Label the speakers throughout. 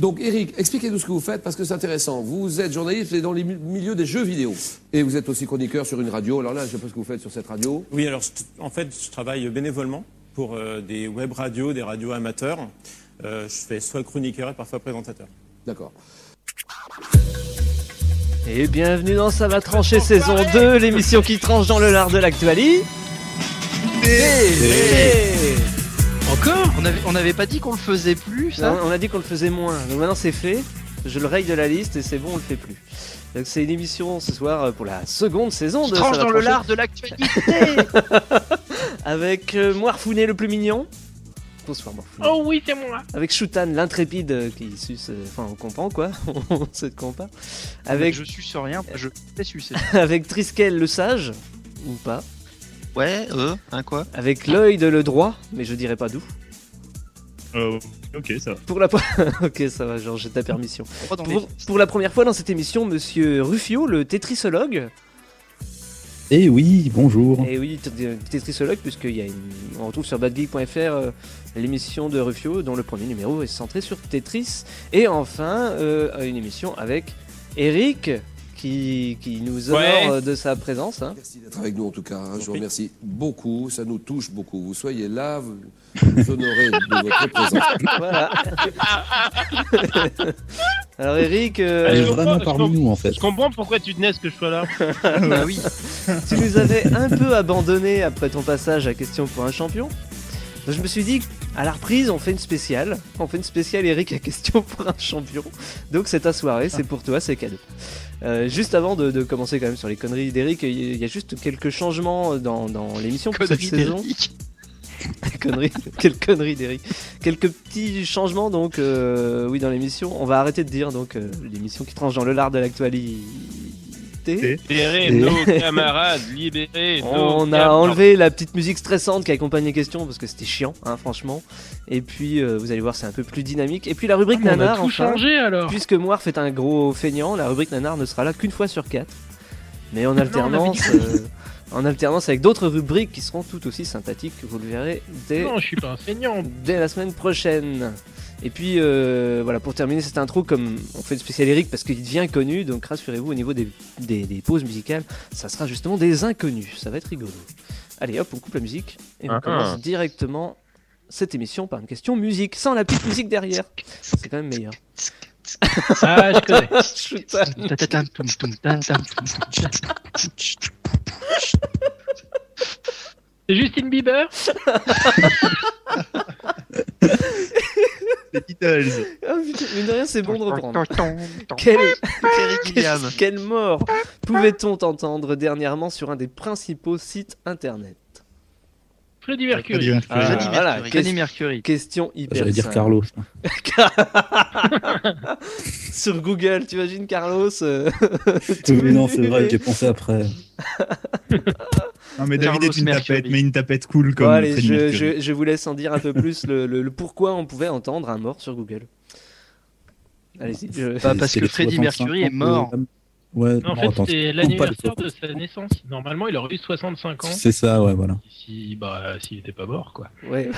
Speaker 1: Donc Eric, expliquez-nous ce que vous faites parce que c'est intéressant. Vous êtes journaliste et dans les mi- milieux des jeux vidéo. Et vous êtes aussi chroniqueur sur une radio. Alors là, je ne sais pas ce que vous faites sur cette radio.
Speaker 2: Oui, alors je- en fait, je travaille bénévolement pour euh, des web radios, des radios amateurs. Euh, je fais soit chroniqueur et parfois présentateur.
Speaker 1: D'accord.
Speaker 3: Et bienvenue dans Ça va trancher saison 2, l'émission qui tranche dans le lard de l'actualité.
Speaker 4: Encore on avait, on avait pas dit qu'on le faisait plus, ça
Speaker 3: On a dit qu'on le faisait moins, donc maintenant c'est fait. Je le raye de la liste et c'est bon, on le fait plus. Donc c'est une émission ce soir euh, pour la seconde saison
Speaker 4: Je
Speaker 3: de
Speaker 4: tranche
Speaker 3: Ça va
Speaker 4: dans le
Speaker 3: trancher,
Speaker 4: lard de l'actualité
Speaker 3: Avec euh, Moirfounet le plus mignon. Bonsoir Moirfounet.
Speaker 5: Oh oui, c'est moi.
Speaker 3: Avec Shoutan l'intrépide euh, qui suce, euh, enfin on comprend quoi, on se compare.
Speaker 4: Avec
Speaker 3: Avec,
Speaker 4: je suce rien, je fais sucer.
Speaker 3: avec Triskel le sage, ou pas.
Speaker 4: Ouais, euh, hein quoi
Speaker 3: Avec l'œil de le droit, mais je dirais pas d'où.
Speaker 6: Euh, ok, ça va.
Speaker 3: Pour la... po- ok ça va, genre j'ai ta permission.
Speaker 4: Droit dans
Speaker 3: Pour,
Speaker 4: les-
Speaker 3: pour la première fois dans cette émission, monsieur Ruffio, le tétrisologue.
Speaker 7: Eh oui, bonjour.
Speaker 3: Et Eh oui, t- t- tétrisologue, puisqu'il y a une... on retrouve sur badgeek.fr euh, l'émission de Ruffio, dont le premier numéro est centré sur Tetris. Et enfin, euh, une émission avec Eric, qui, qui nous honore
Speaker 2: Ouais.
Speaker 3: euh, de sa présence. hein.
Speaker 1: Merci d'être avec nous en tout cas. hein. Je vous
Speaker 2: prie.
Speaker 1: remercie beaucoup. Ça nous touche beaucoup. Vous soyez là, vous vous honorez de votre présence.
Speaker 3: Voilà. Alors Eric, euh,
Speaker 7: Elle est
Speaker 5: je comprends,
Speaker 7: vraiment
Speaker 5: je
Speaker 7: parmi
Speaker 5: comprends.
Speaker 7: nous en fait.
Speaker 5: Je comprends pourquoi tu tenais à ce que je sois là.
Speaker 4: Bah oui,
Speaker 3: tu nous avais un peu abandonné après ton passage à Question pour un champion. Donc je me suis dit, à la reprise, on fait une spéciale. On fait une spéciale Eric à Question pour un champion. Donc c'est ta soirée, c'est pour toi, c'est cadeau. Euh, juste avant de, de commencer quand même sur les conneries d'Eric, il y a juste quelques changements dans, dans l'émission pour cette
Speaker 4: connerie
Speaker 3: saison.
Speaker 4: d'Eric.
Speaker 3: Conneries, quelle connerie d'Eric. Quelques petits changements donc, euh, oui, dans l'émission. On va arrêter de dire donc euh, l'émission qui tranche dans le lard de l'actualité.
Speaker 5: Libérez
Speaker 7: Et-
Speaker 5: nos camarades, libérez
Speaker 3: On
Speaker 5: nos
Speaker 3: a
Speaker 5: cam-
Speaker 3: enlevé la petite musique stressante qui accompagne les questions parce que c'était chiant, hein, franchement. Et puis, euh, vous allez voir, c'est un peu plus dynamique. Et puis, la rubrique
Speaker 5: Ah, mais On a
Speaker 3: nanar,
Speaker 5: tout
Speaker 3: enfin,
Speaker 5: changé alors.
Speaker 3: puisque Moir fait un gros feignant, la rubrique nanar ne sera là qu'une fois sur quatre. Mais en alternance, euh, en alternance avec d'autres rubriques qui seront tout aussi sympathiques, vous le verrez dès,
Speaker 5: Non, je suis pas un feignant.
Speaker 3: dès la semaine prochaine. Et puis euh, voilà, pour terminer cette intro, comme on fait le spécial Eric parce qu'il devient connu, donc rassurez-vous au niveau des, des- des pauses musicales, ça sera justement des inconnus, ça va être rigolo. Allez hop, on coupe la musique et on
Speaker 5: Ah,
Speaker 3: commence directement cette émission par une question musique, sans la petite musique derrière. C'est quand même meilleur.
Speaker 5: Ah, je connais.
Speaker 3: Shootan.
Speaker 4: Tatatam, tum, tum, tam, tam, tum.
Speaker 5: C'est Justine Bieber
Speaker 6: Les Beatles.
Speaker 3: Ah, putain, mine de rien, c'est bon de reprendre.
Speaker 4: Terry
Speaker 3: Quelle,
Speaker 4: Gilliam.
Speaker 3: quelle mort pouvait-on entendre dernièrement sur un des principaux sites internet
Speaker 5: Freddie
Speaker 6: Très
Speaker 5: Mercury.
Speaker 6: bien.
Speaker 3: Ah,
Speaker 4: Freddie
Speaker 3: voilà,
Speaker 4: Mercury.
Speaker 3: qu'est-ce-
Speaker 4: Freddie Mercury.
Speaker 3: Question hyper
Speaker 7: J'allais dire
Speaker 3: simple.
Speaker 7: Carlos.
Speaker 3: sur Google, tu imagines Carlos euh,
Speaker 7: Oui, non, c'est vrai, j'ai pensé après.
Speaker 6: Non, mais David
Speaker 4: Carlos
Speaker 6: est une
Speaker 4: Mercury.
Speaker 6: tapette, mais une tapette cool comme
Speaker 3: bon, allez,
Speaker 6: Freddie
Speaker 3: je,
Speaker 6: Mercury.
Speaker 3: je, je vous laisse en dire un peu plus le, le- le pourquoi on pouvait entendre un mort sur Google. Allez-y. je-
Speaker 4: Bah,
Speaker 7: C'est-
Speaker 4: parce
Speaker 7: c'est
Speaker 4: que
Speaker 7: les
Speaker 4: Freddie
Speaker 7: 65
Speaker 4: Mercury est
Speaker 7: ans,
Speaker 4: mort.
Speaker 7: euh, Ouais,
Speaker 5: En
Speaker 7: non,
Speaker 5: fait,
Speaker 7: attends,
Speaker 5: c'est
Speaker 7: c'est
Speaker 5: l'anniversaire de sa naissance. Normalement, il aurait eu 65 ans.
Speaker 7: C'est ça, ouais, voilà.
Speaker 5: Si, bah, s'il était pas mort, quoi.
Speaker 3: Ouais.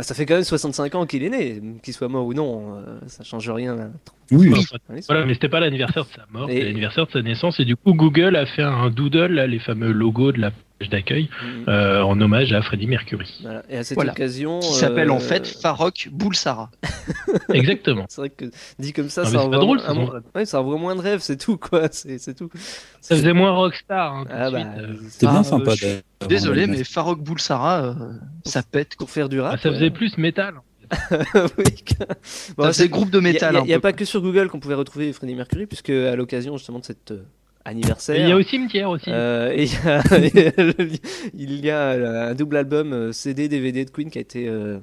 Speaker 3: Ah, ça fait quand même 65 ans qu'il est né, qu'il soit mort ou non, euh, ça change rien. à-
Speaker 7: Oui,
Speaker 5: Enfin, Voilà, mais c'était pas l'anniversaire de sa mort,
Speaker 3: Et-
Speaker 5: c'était l'anniversaire de sa naissance. Et du coup, Google a fait un doodle, là, les fameux logos de la page d'accueil,
Speaker 3: Mm,
Speaker 5: euh, en hommage à Freddie Mercury.
Speaker 3: voilà. Et à cette
Speaker 4: Voilà.
Speaker 3: occasion,
Speaker 4: Qui s'appelle en
Speaker 3: euh,
Speaker 4: fait Farrokh Boulsara.
Speaker 5: Exactement.
Speaker 3: C'est vrai que dit comme ça, ça
Speaker 5: Non, Ah, mais c'est pas
Speaker 3: envoie,
Speaker 5: drôle,
Speaker 3: un-
Speaker 5: ça, non
Speaker 3: un- ouais, ça envoie moins de rêves, c'est tout quoi, c'est c'est tout.
Speaker 5: Ça faisait moins rockstar. hein, tout
Speaker 3: Ah
Speaker 5: de
Speaker 3: bah,
Speaker 5: suite, euh.
Speaker 7: c'était
Speaker 4: Ah, euh,
Speaker 7: bien sympa.
Speaker 4: je suis
Speaker 7: d'avoir la
Speaker 4: Désolé,
Speaker 7: même.
Speaker 4: mais Farrokh Boulsara, euh, ça pète.
Speaker 3: pour faire du rap.
Speaker 5: Ah, ça
Speaker 3: ouais.
Speaker 5: faisait plus métal.
Speaker 3: Oui. Bon,
Speaker 4: Ça
Speaker 3: c'est-
Speaker 4: faisait groupe de métal.
Speaker 3: Il
Speaker 4: un
Speaker 3: n'y a,
Speaker 4: peu.
Speaker 3: pas que sur Google qu'on pouvait retrouver Freddie Mercury, puisque à l'occasion justement de cet euh,
Speaker 5: Et il y a
Speaker 3: anniversaire,
Speaker 5: au cimetière aussi.
Speaker 3: euh, et il, y a, il y a, euh, un double album euh, CD DVD de Queen qui a été euh,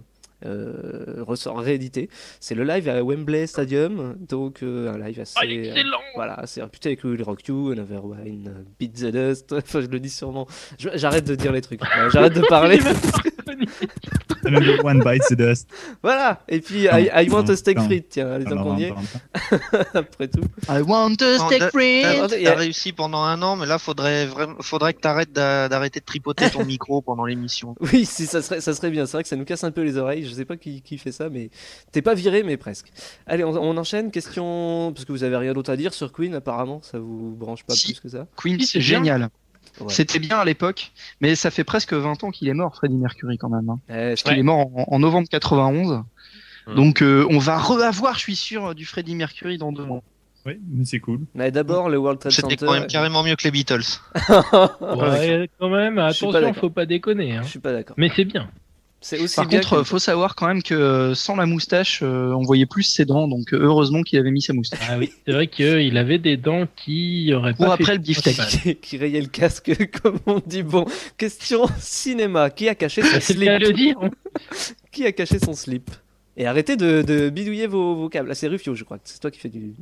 Speaker 3: euh, ressort- réédité. C'est le live à Wembley Stadium, donc euh, un live assez.
Speaker 5: Ah, excellent
Speaker 3: euh, voilà, c'est réputé avec Will Rock You, Another Wine, euh, Beat the Dust. Enfin, je le dis sûrement. Je- J'arrête de dire les trucs. Voilà, J'arrête de parler.
Speaker 5: Il est même pas reconnu.
Speaker 6: Another one bites the dust.
Speaker 3: Voilà. Et puis,
Speaker 6: Non,
Speaker 3: I, I want
Speaker 6: non,
Speaker 3: a steak
Speaker 6: non.
Speaker 3: frites, tiens, allez, tant qu'on y est, après tout.
Speaker 4: I want a
Speaker 8: Non,
Speaker 4: steak
Speaker 8: da-
Speaker 4: frites.
Speaker 8: T'as
Speaker 3: Il y a-
Speaker 8: t'as réussi pendant un an, mais là, faudrait vraiment, faudrait que t'arrêtes d'a- d'arrêter de tripoter ton micro pendant l'émission.
Speaker 3: Oui, si, ça serait, ça serait bien. C'est vrai que ça nous casse un peu les oreilles. Je sais pas qui, qui fait ça, mais t'es pas viré, mais presque. Allez, on, on enchaîne. Question, parce que vous avez rien d'autre à dire sur Queen, apparemment. Ça vous branche pas
Speaker 4: Si.
Speaker 3: plus que ça.
Speaker 4: Queen,
Speaker 5: Si, c'est
Speaker 4: c'est génial.
Speaker 3: Ouais.
Speaker 4: C'était bien à l'époque, mais ça fait presque 20 ans qu'il est mort, Freddie Mercury, quand même. hein.
Speaker 3: Eh, je-
Speaker 4: Parce qu'il est mort en, en novembre 91.
Speaker 2: Hmm.
Speaker 4: Donc, euh, on va re-avoir, je suis sûr, du Freddie Mercury dans deux mois.
Speaker 6: Oui, mais c'est cool.
Speaker 3: Mais d'abord, le World Trade
Speaker 8: C'était
Speaker 3: Center.
Speaker 8: quand même carrément mieux que les Beatles.
Speaker 5: Ouais, quand même,
Speaker 3: Je suis pas
Speaker 5: attention,
Speaker 3: d'accord.
Speaker 5: faut pas déconner. hein.
Speaker 3: Je suis pas d'accord.
Speaker 5: Mais c'est bien.
Speaker 3: C'est aussi
Speaker 4: Par
Speaker 3: bien
Speaker 4: contre,
Speaker 3: que-
Speaker 4: faut savoir quand même que euh, sans la moustache, euh, on voyait plus ses dents, donc euh, heureusement qu'il avait mis sa moustache.
Speaker 5: Ah oui, c'est vrai qu'il avait des dents qui auraient
Speaker 4: Pour
Speaker 5: pas
Speaker 4: après
Speaker 5: fait
Speaker 4: le beefsteak.
Speaker 5: mal.
Speaker 3: qui, qui rayait le casque, comme on dit. Bon, question cinéma. Qui a caché son
Speaker 5: Bah, C'est le cas
Speaker 3: slip
Speaker 5: de le dire. hein.
Speaker 3: Qui a caché son slip Et arrêtez de, de bidouiller vos, vos câbles. Ah, c'est Rufio, je crois. que C'est toi qui fais du,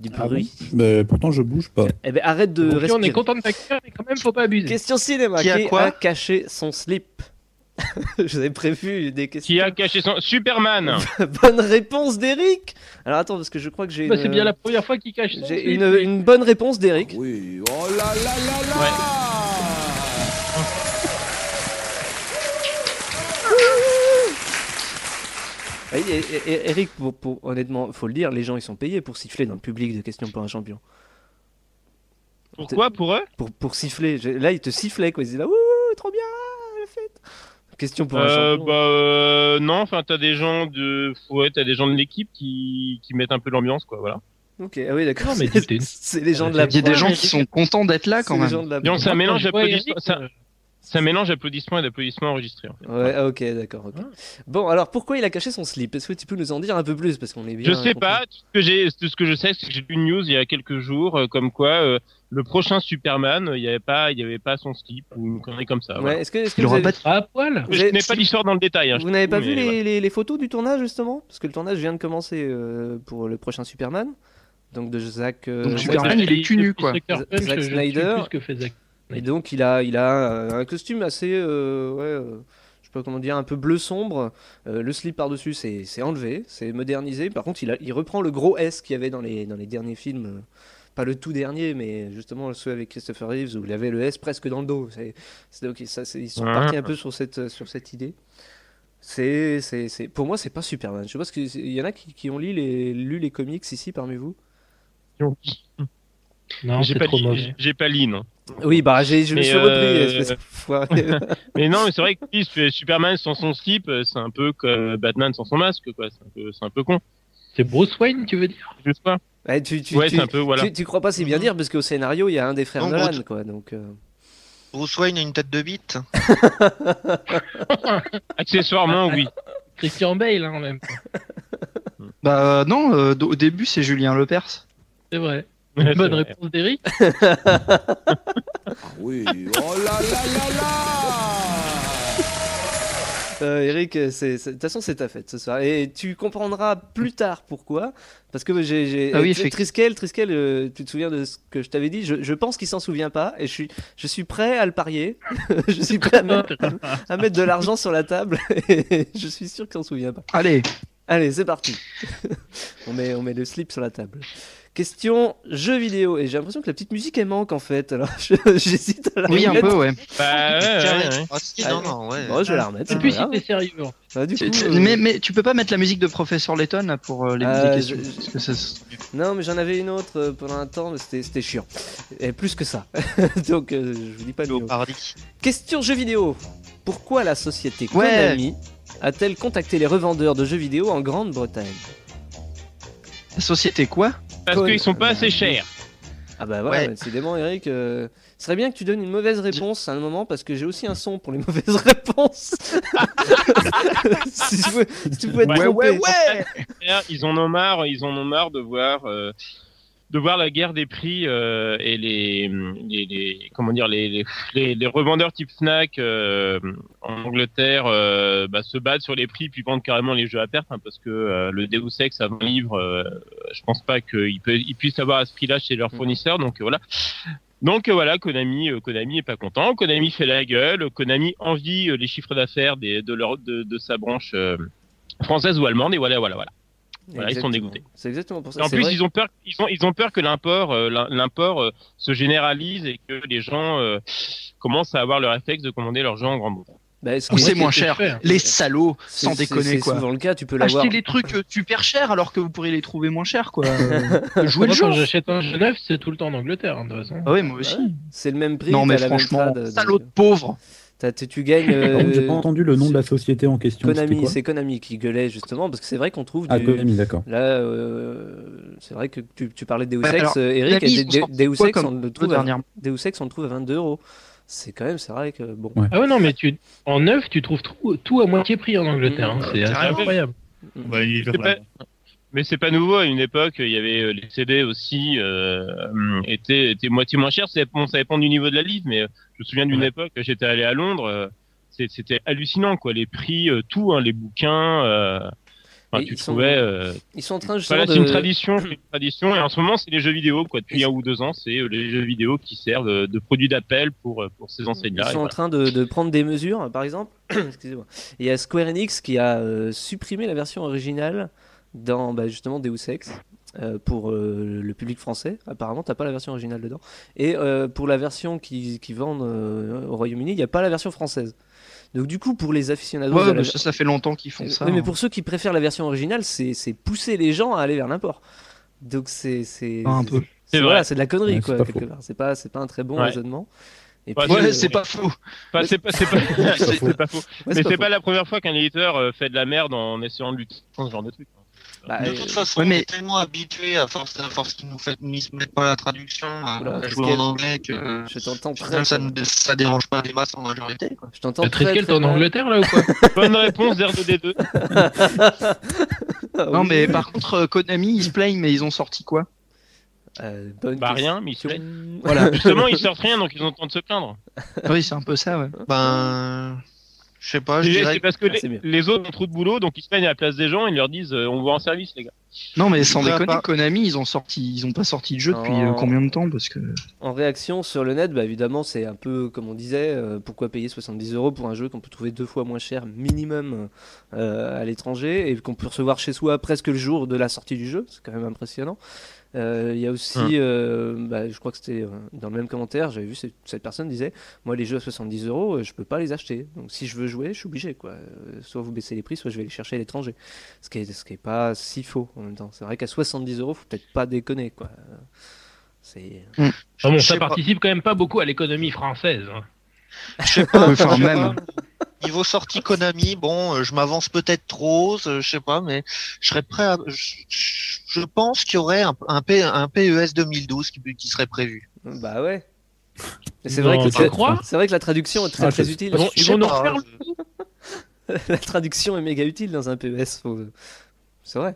Speaker 3: du
Speaker 7: Ah
Speaker 3: bruit.
Speaker 7: Mais pourtant, je bouge pas.
Speaker 3: Eh ben, arrête de
Speaker 5: Aujourd'hui, on est
Speaker 3: respirer.
Speaker 5: content de t'accueillir, mais quand même, faut pas abuser.
Speaker 3: Question cinéma. Qui
Speaker 8: Qui
Speaker 3: a,
Speaker 8: a quoi
Speaker 3: caché son slip Je vous avais prévu des questions.
Speaker 9: Qui a caché son Superman
Speaker 3: Bonne réponse d'Eric Alors attends, parce que je crois que j'ai
Speaker 5: Bah,
Speaker 3: une...
Speaker 5: c'est bien la première fois qu'il cache son slip.
Speaker 3: J'ai une, une bonne réponse d'Eric.
Speaker 1: Oui, oh là là là là
Speaker 3: Et- et- et- Eric, pour, pour- honnêtement, faut le dire, les gens ils sont payés pour siffler dans le public de questions pour un champion.
Speaker 9: Pourquoi Pour eux
Speaker 3: Pour, pour siffler. J'ai- Là, ils te sifflaient quoi. Ils disaient là, ouh, trop bien, la fête. Question pour un
Speaker 9: euh,
Speaker 3: champion.
Speaker 9: bah, euh, Non, enfin, t'as des gens de, ouais, t'as des gens de l'équipe qui... qui mettent un peu l'ambiance, quoi. Voilà.
Speaker 3: Ok, ah oui, d'accord.
Speaker 5: Non, mais
Speaker 3: C'est-
Speaker 5: t'es-
Speaker 3: C'est les gens de la
Speaker 4: Il y a des
Speaker 3: prod.
Speaker 4: gens qui sont contents d'être là quand
Speaker 3: C'est les
Speaker 4: même.
Speaker 3: gens de la
Speaker 9: Donc, c'est un mélange
Speaker 5: Je vois
Speaker 9: d'applaudissements.
Speaker 5: Eric,
Speaker 9: Ça...
Speaker 5: euh,
Speaker 9: c'est un mélange d'applaudissements et d'applaudissements enregistrés. en fait.
Speaker 3: Ouais, ah, ok, d'accord. ok.
Speaker 5: Ouais.
Speaker 3: Bon, alors pourquoi il a caché son slip Est-ce que tu peux nous en dire un peu plus Parce qu'on est bien.
Speaker 9: Je sais
Speaker 3: compris.
Speaker 9: pas. Tout ce que j'ai, tout ce que je sais, c'est que j'ai lu une news il y a quelques jours, euh, comme quoi euh, le prochain Superman, euh, il y avait pas, il y avait pas son slip ou une connerie comme ça.
Speaker 3: Ouais,
Speaker 9: voilà.
Speaker 3: est-ce que, est-ce que
Speaker 4: Il
Speaker 3: vous,
Speaker 4: aura
Speaker 3: avez-
Speaker 4: pas de-
Speaker 5: Ah, À poil
Speaker 3: Vous
Speaker 9: Je
Speaker 3: avez-
Speaker 9: n'ai pas l'histoire dans le détail. hein, je
Speaker 3: vous n'avez
Speaker 9: t'avoue,
Speaker 3: pas vu
Speaker 9: mais
Speaker 3: les,
Speaker 9: voilà.
Speaker 3: les- les photos du tournage justement Parce que le tournage vient de commencer euh, pour le prochain Superman. Donc de Zach. euh,
Speaker 4: Donc,
Speaker 3: Zack-
Speaker 4: Superman, il est
Speaker 5: Et
Speaker 4: cul nu,
Speaker 5: depuis
Speaker 4: quoi.
Speaker 5: Sucker
Speaker 3: Zack
Speaker 5: Punch, je ne sais
Speaker 3: Snyder.
Speaker 5: plus ce que fait Zack.
Speaker 3: Et donc il a, il a euh, un costume assez, euh, ouais, euh, je sais pas comment dire, un peu bleu sombre. Euh, le slip par dessus, c'est c'est enlevé, c'est modernisé. Par contre, il, a- il reprend le gros S qu'il y avait dans les, dans les derniers films. euh, Pas le tout dernier, mais justement ceux avec Christopher Reeves où il avait le S presque dans le dos. C'est- c'est- donc, ça, c'est- ils sont
Speaker 9: Ouais.
Speaker 3: partis un peu sur cette, euh, sur cette idée. C'est, c'est, c'est- pour moi, c'est pas Superman. Je sais pas ce que- il y en a qui, qui ont lu les, lu les comics ici parmi vous.
Speaker 5: Non,
Speaker 9: J'ai
Speaker 5: c'est
Speaker 9: pas,
Speaker 5: trop
Speaker 9: li-
Speaker 5: mauvais.
Speaker 9: j'ai pas hein. li, non.
Speaker 3: Oui, bah j'ai, je me
Speaker 9: Mais,
Speaker 3: suis
Speaker 9: euh,
Speaker 3: repris. espèce de foiré.
Speaker 9: Mais non, mais c'est vrai que oui, c'est- Superman sans son slip, euh, c'est un peu comme Batman sans son masque, quoi. C'est un peu, c'est un peu con.
Speaker 5: C'est Bruce Wayne, tu veux dire
Speaker 9: Je sais pas.
Speaker 3: Ouais, tu- tu-
Speaker 9: Ouais,
Speaker 3: tu-
Speaker 9: c'est un peu, voilà.
Speaker 3: Tu, tu crois pas si bien dire parce qu'au scénario il y a un des frères
Speaker 8: Non,
Speaker 3: Nolan
Speaker 8: Bruce-
Speaker 3: quoi donc euh,
Speaker 8: Bruce Wayne a une tête de bite.
Speaker 9: Accessoirement, oui.
Speaker 5: Christian Bale, hein, même.
Speaker 4: Bah euh, non, euh, d- au début c'est Julien Lepers.
Speaker 5: C'est vrai.
Speaker 9: Ouais,
Speaker 5: Bonne
Speaker 9: c'est vrai.
Speaker 5: réponse d'Eric.
Speaker 1: Ah Oui, oh là là là là
Speaker 3: euh, Eric euh, c'est c'est- de toute façon c'est ta fête ce soir et tu comprendras plus tard pourquoi parce que j'ai j'ai
Speaker 4: Ah oui,
Speaker 3: euh,
Speaker 4: effectivement.
Speaker 3: Triskel Triskel euh, tu te souviens de ce que je t'avais dit je, je pense qu'il s'en souvient pas et je suis je suis prêt à le parier je suis prêt à mettre, à mettre de l'argent sur la table et je suis sûr qu'il s'en souvient pas
Speaker 4: Allez,
Speaker 3: allez c'est parti on met on met le slip sur la table Question jeux vidéo et j'ai l'impression que la petite musique elle manque en fait alors je- j'hésite à la
Speaker 4: oui un
Speaker 3: remettre.
Speaker 4: peu ouais.
Speaker 9: Bah, ouais, ouais, ouais.
Speaker 8: Ah si, non, non, ouais.
Speaker 3: Bon, je vais la remettre.
Speaker 5: C'est plus si
Speaker 3: voilà.
Speaker 5: t'es sérieux. hein.
Speaker 3: Bah, du
Speaker 4: Tu-
Speaker 3: coup,
Speaker 4: tu-
Speaker 3: euh,
Speaker 4: mais, mais tu peux pas mettre la musique de Professeur Letton là, pour euh, les
Speaker 3: Euh,
Speaker 4: musiques
Speaker 3: je-
Speaker 4: et sous- parce que ça-
Speaker 3: euh, Non, mais j'en avais une autre euh, pendant un temps, mais c'était c'était chiant. Et plus que ça. Donc, euh, je vous dis pas de mieux.
Speaker 8: Léopardi.
Speaker 3: Question jeux vidéo. Pourquoi la société
Speaker 4: Ouais.
Speaker 3: Konami a-t-elle contacté les revendeurs de jeux vidéo en Grande-Bretagne
Speaker 4: La société quoi
Speaker 9: Parce qu'ils sont pas assez chers.
Speaker 3: Ah bah voilà,
Speaker 8: Ouais.
Speaker 3: décidément, Eric. euh, Ce serait bien que tu donnes une mauvaise réponse à un moment parce que j'ai aussi un son pour les mauvaises réponses. si, tu pouvais, si tu pouvais te
Speaker 9: Ouais,
Speaker 3: tromper.
Speaker 9: Ils en ont marre, ils en ont marre de voir, euh, de voir la guerre des prix euh, et les, les, les- comment dire, les, les, les- les revendeurs type Fnac euh, en Angleterre euh, bah, se battent sur les prix puis vendent carrément les jeux à perte hein, parce que euh, le Deus Ex à 20 livres, euh, je pense pas qu'ils peut- ils puissent avoir à ce prix-là chez leurs
Speaker 3: Mhm.
Speaker 9: fournisseurs. Donc euh, voilà. Donc euh, voilà, Konami, euh, Konami est pas content. Konami fait la gueule. Konami envie euh, les chiffres d'affaires des- de, leur- de, de sa branche euh, française ou allemande. Et voilà, voilà, voilà. Voilà, ils sont
Speaker 3: Exactement.
Speaker 9: dégoûtés.
Speaker 3: C'est exactement pour ça.
Speaker 9: Et en
Speaker 3: C'est
Speaker 9: plus,
Speaker 3: vrai.
Speaker 9: ils ont peur, ils ont, ils ont peur que l'import, euh, l'im- l'import euh, se généralise et que les gens euh, commencent à avoir le réflexe de commander leurs jeux en grand bout.
Speaker 3: Bah, est-ce
Speaker 4: Ou
Speaker 3: que-
Speaker 4: c'est
Speaker 5: c'est
Speaker 4: moins
Speaker 5: cher.
Speaker 4: cher. Les salauds,
Speaker 3: c'est-
Speaker 4: sans
Speaker 3: c'est-
Speaker 4: déconner,
Speaker 3: C'est
Speaker 4: quoi.
Speaker 3: souvent le cas, tu peux l'avoir.
Speaker 4: Acheter les trucs euh, super chers alors que vous pourriez les trouver moins chers, quoi. Euh, Jouer le
Speaker 5: Moi,
Speaker 4: jeu.
Speaker 5: quand j'achète un jeu neuf, c'est tout le temps en Angleterre, hein, de toute façon.
Speaker 4: Ah ouais, moi aussi.
Speaker 3: Ouais. C'est le même prix.
Speaker 4: non, mais
Speaker 3: t'as la même
Speaker 4: franchement,
Speaker 3: trad, donc,
Speaker 4: salaud de pauvre.
Speaker 3: t'as- tu, tu gagnes.
Speaker 7: Par contre, J'ai
Speaker 3: euh,
Speaker 7: pas entendu le nom de la société en question. c'était
Speaker 3: Konami,
Speaker 7: quoi
Speaker 3: c'est Konami qui gueulait justement parce que c'est vrai qu'on trouve
Speaker 7: Ah,
Speaker 3: du.
Speaker 7: Konami, d'accord.
Speaker 3: Là, euh, c'est vrai que tu, tu parlais de Deus
Speaker 4: Ouais,
Speaker 3: Ex,
Speaker 4: alors,
Speaker 3: euh, Eric,
Speaker 4: Konami,
Speaker 3: et
Speaker 4: ils
Speaker 3: De-
Speaker 4: sont
Speaker 3: De- Deus
Speaker 4: quoi
Speaker 3: Ex,
Speaker 4: comme
Speaker 3: on le
Speaker 4: Le
Speaker 3: trouve à,
Speaker 4: dernier.
Speaker 3: Deus Ex, on le trouve à 22 euros. C'est quand même, c'est vrai que bon.
Speaker 7: Ouais.
Speaker 5: Ah ouais, non, mais tu, en neuf, tu trouves tout, tout à moitié prix en Angleterre. hein. C'est assez
Speaker 9: Carrément.
Speaker 5: incroyable.
Speaker 6: On va y faire
Speaker 9: C'est
Speaker 6: là.
Speaker 9: pas- Mais c'est pas nouveau. À une époque, il y avait euh, les CD aussi euh, hum, étaient, étaient moitié moins chers. C'est- Bon, ça dépend du niveau de la livre, mais euh, je me souviens d'une époque, j'étais allé à Londres. euh, c'est- C'était hallucinant, quoi. Les prix, euh, tout, hein, les bouquins. euh, enfin,
Speaker 3: Et
Speaker 9: tu
Speaker 3: ils sont-
Speaker 9: trouvais. euh,
Speaker 3: Ils sont en train
Speaker 9: voilà,
Speaker 3: justement
Speaker 9: c'est une
Speaker 3: de.
Speaker 9: tradition, c'est une tradition. Et en ce moment, c'est les jeux vidéo, quoi. Depuis un ou deux ans, c'est euh, les jeux vidéo qui servent euh, de produits d'appel pour euh, pour ces
Speaker 3: Ils
Speaker 9: enseignes-là. et
Speaker 3: sont en
Speaker 9: voilà.
Speaker 3: train de, de prendre des mesures, par exemple. Excusez-moi. Il y a Square Enix qui a euh, supprimé la version originale dans bah, justement Deus Ex euh, pour euh, le public français. Apparemment, t'as pas la version originale dedans. Et euh, pour la version qui, qui vendent euh, au Royaume-Uni, il n'y a pas la version française. Donc du coup, pour les aficionados,
Speaker 4: Ouais,
Speaker 3: de la-
Speaker 4: mais ça, ça fait longtemps qu'ils font ça.
Speaker 3: Oui, mais
Speaker 4: hein.
Speaker 3: pour ceux qui préfèrent la version originale, c'est c'est pousser les gens à aller vers l'import. Donc c'est c'est
Speaker 4: Un peu.
Speaker 3: c'est
Speaker 9: C'est
Speaker 3: voilà,
Speaker 9: vrai.
Speaker 3: c'est de la connerie
Speaker 7: Ouais, c'est
Speaker 3: quoi
Speaker 7: pas
Speaker 3: quelque
Speaker 7: faux.
Speaker 3: part. C'est pas c'est pas un très bon
Speaker 9: Ouais.
Speaker 3: raisonnement. Et
Speaker 9: Ouais,
Speaker 3: puis,
Speaker 4: Ouais,
Speaker 3: euh,
Speaker 4: c'est pas faux.
Speaker 9: Enfin, c'est pas, c'est pas, c'est-
Speaker 7: faux.
Speaker 9: c'est pas faux.
Speaker 3: ouais,
Speaker 9: Mais c'est
Speaker 3: faux.
Speaker 9: pas la première fois qu'un éditeur euh, fait de la merde en essayant de lutter contre ce genre de truc.
Speaker 3: Bah,
Speaker 8: De
Speaker 3: euh,
Speaker 8: toute façon,
Speaker 4: ouais, mais-
Speaker 8: on est tellement habitué à force, à force qu'ils nous, fait- ils se mettent pas la traduction, à,
Speaker 3: Oula,
Speaker 8: à
Speaker 3: qu'est-ce
Speaker 8: jouer
Speaker 3: qu'il y
Speaker 8: en
Speaker 3: a
Speaker 8: anglais, que euh,
Speaker 3: je t'entends très
Speaker 8: final, ça, ne- ça dérange pas les masses en majorité. Quoi.
Speaker 3: Je t'entends très,
Speaker 5: Triskel,
Speaker 3: très
Speaker 5: t'es en
Speaker 3: mal.
Speaker 5: Angleterre, là, ou quoi
Speaker 9: Bonne réponse d'R2D2.
Speaker 3: Ah
Speaker 4: Non,
Speaker 3: oui.
Speaker 4: mais par contre, euh, Konami, ils se plaignent, mais ils ont sorti quoi
Speaker 3: Euh, bonne
Speaker 9: Bah
Speaker 3: question.
Speaker 9: rien, mais ils se plaignent.
Speaker 4: Voilà.
Speaker 9: Justement, ils sortent rien, donc ils ont le temps de se plaindre.
Speaker 4: oui, c'est un peu ça, ouais.
Speaker 8: Ben, je sais pas, je
Speaker 9: C'est
Speaker 8: dirais
Speaker 9: c'est parce que
Speaker 3: Ah, c'est mieux.
Speaker 9: les, les autres ont trop de boulot, donc ils se plaignent à la place des gens, ils leur disent euh, on vous rend service, les gars.
Speaker 4: Non, mais sans
Speaker 8: Ouais, à
Speaker 4: déconner,
Speaker 8: part-
Speaker 4: Konami, ils ont sorti, ils ont pas sorti de jeu depuis
Speaker 3: bah Non.
Speaker 4: euh, combien de temps Parce que
Speaker 3: En réaction sur le net, bah évidemment, c'est un peu comme on disait, euh, pourquoi payer 70 euros pour un jeu qu'on peut trouver deux fois moins cher minimum euh, à l'étranger et qu'on peut recevoir chez soi presque le jour de la sortie du jeu, c'est quand même impressionnant. Euh, Il y a aussi,
Speaker 9: Hum.
Speaker 3: euh, bah, je crois que c'était euh, dans le même commentaire, j'avais vu cette- cette personne disait, moi les jeux à 70 euros, euh, je peux pas les acheter. Donc si je veux jouer, je suis obligé quoi. Euh, soit vous baissez les prix, soit je vais les chercher à l'étranger. Ce qui est, ce qui est pas si faux en même temps. C'est vrai qu'à 70 euros, faut peut-être pas déconner quoi. Euh, C'est
Speaker 5: Ah bon,
Speaker 4: Je sais
Speaker 5: ça
Speaker 4: pas.
Speaker 5: participe quand même pas beaucoup à l'économie française. hein.
Speaker 8: Je sais pas.
Speaker 4: Enfin,
Speaker 8: je sais pas.
Speaker 4: même.
Speaker 8: Niveau sortie Konami, bon, euh, je m'avance peut-être trop, euh, je sais pas, mais je serais prêt à. Je, je- je pense qu'il y aurait un, un, P- E un PES 2012 qui, qui serait prévu.
Speaker 3: Bah ouais. Mais c'est
Speaker 5: Non,
Speaker 3: vrai, que
Speaker 5: tu
Speaker 3: c'est-
Speaker 5: crois
Speaker 3: c'est vrai que la traduction est très
Speaker 7: Ah,
Speaker 3: très
Speaker 7: je-
Speaker 3: utile.
Speaker 5: Ils vont, ils
Speaker 8: Je sais
Speaker 5: vont nous
Speaker 8: pas,
Speaker 5: refaire
Speaker 8: hein, je-
Speaker 3: la traduction est méga utile dans un PES. faut- C'est vrai.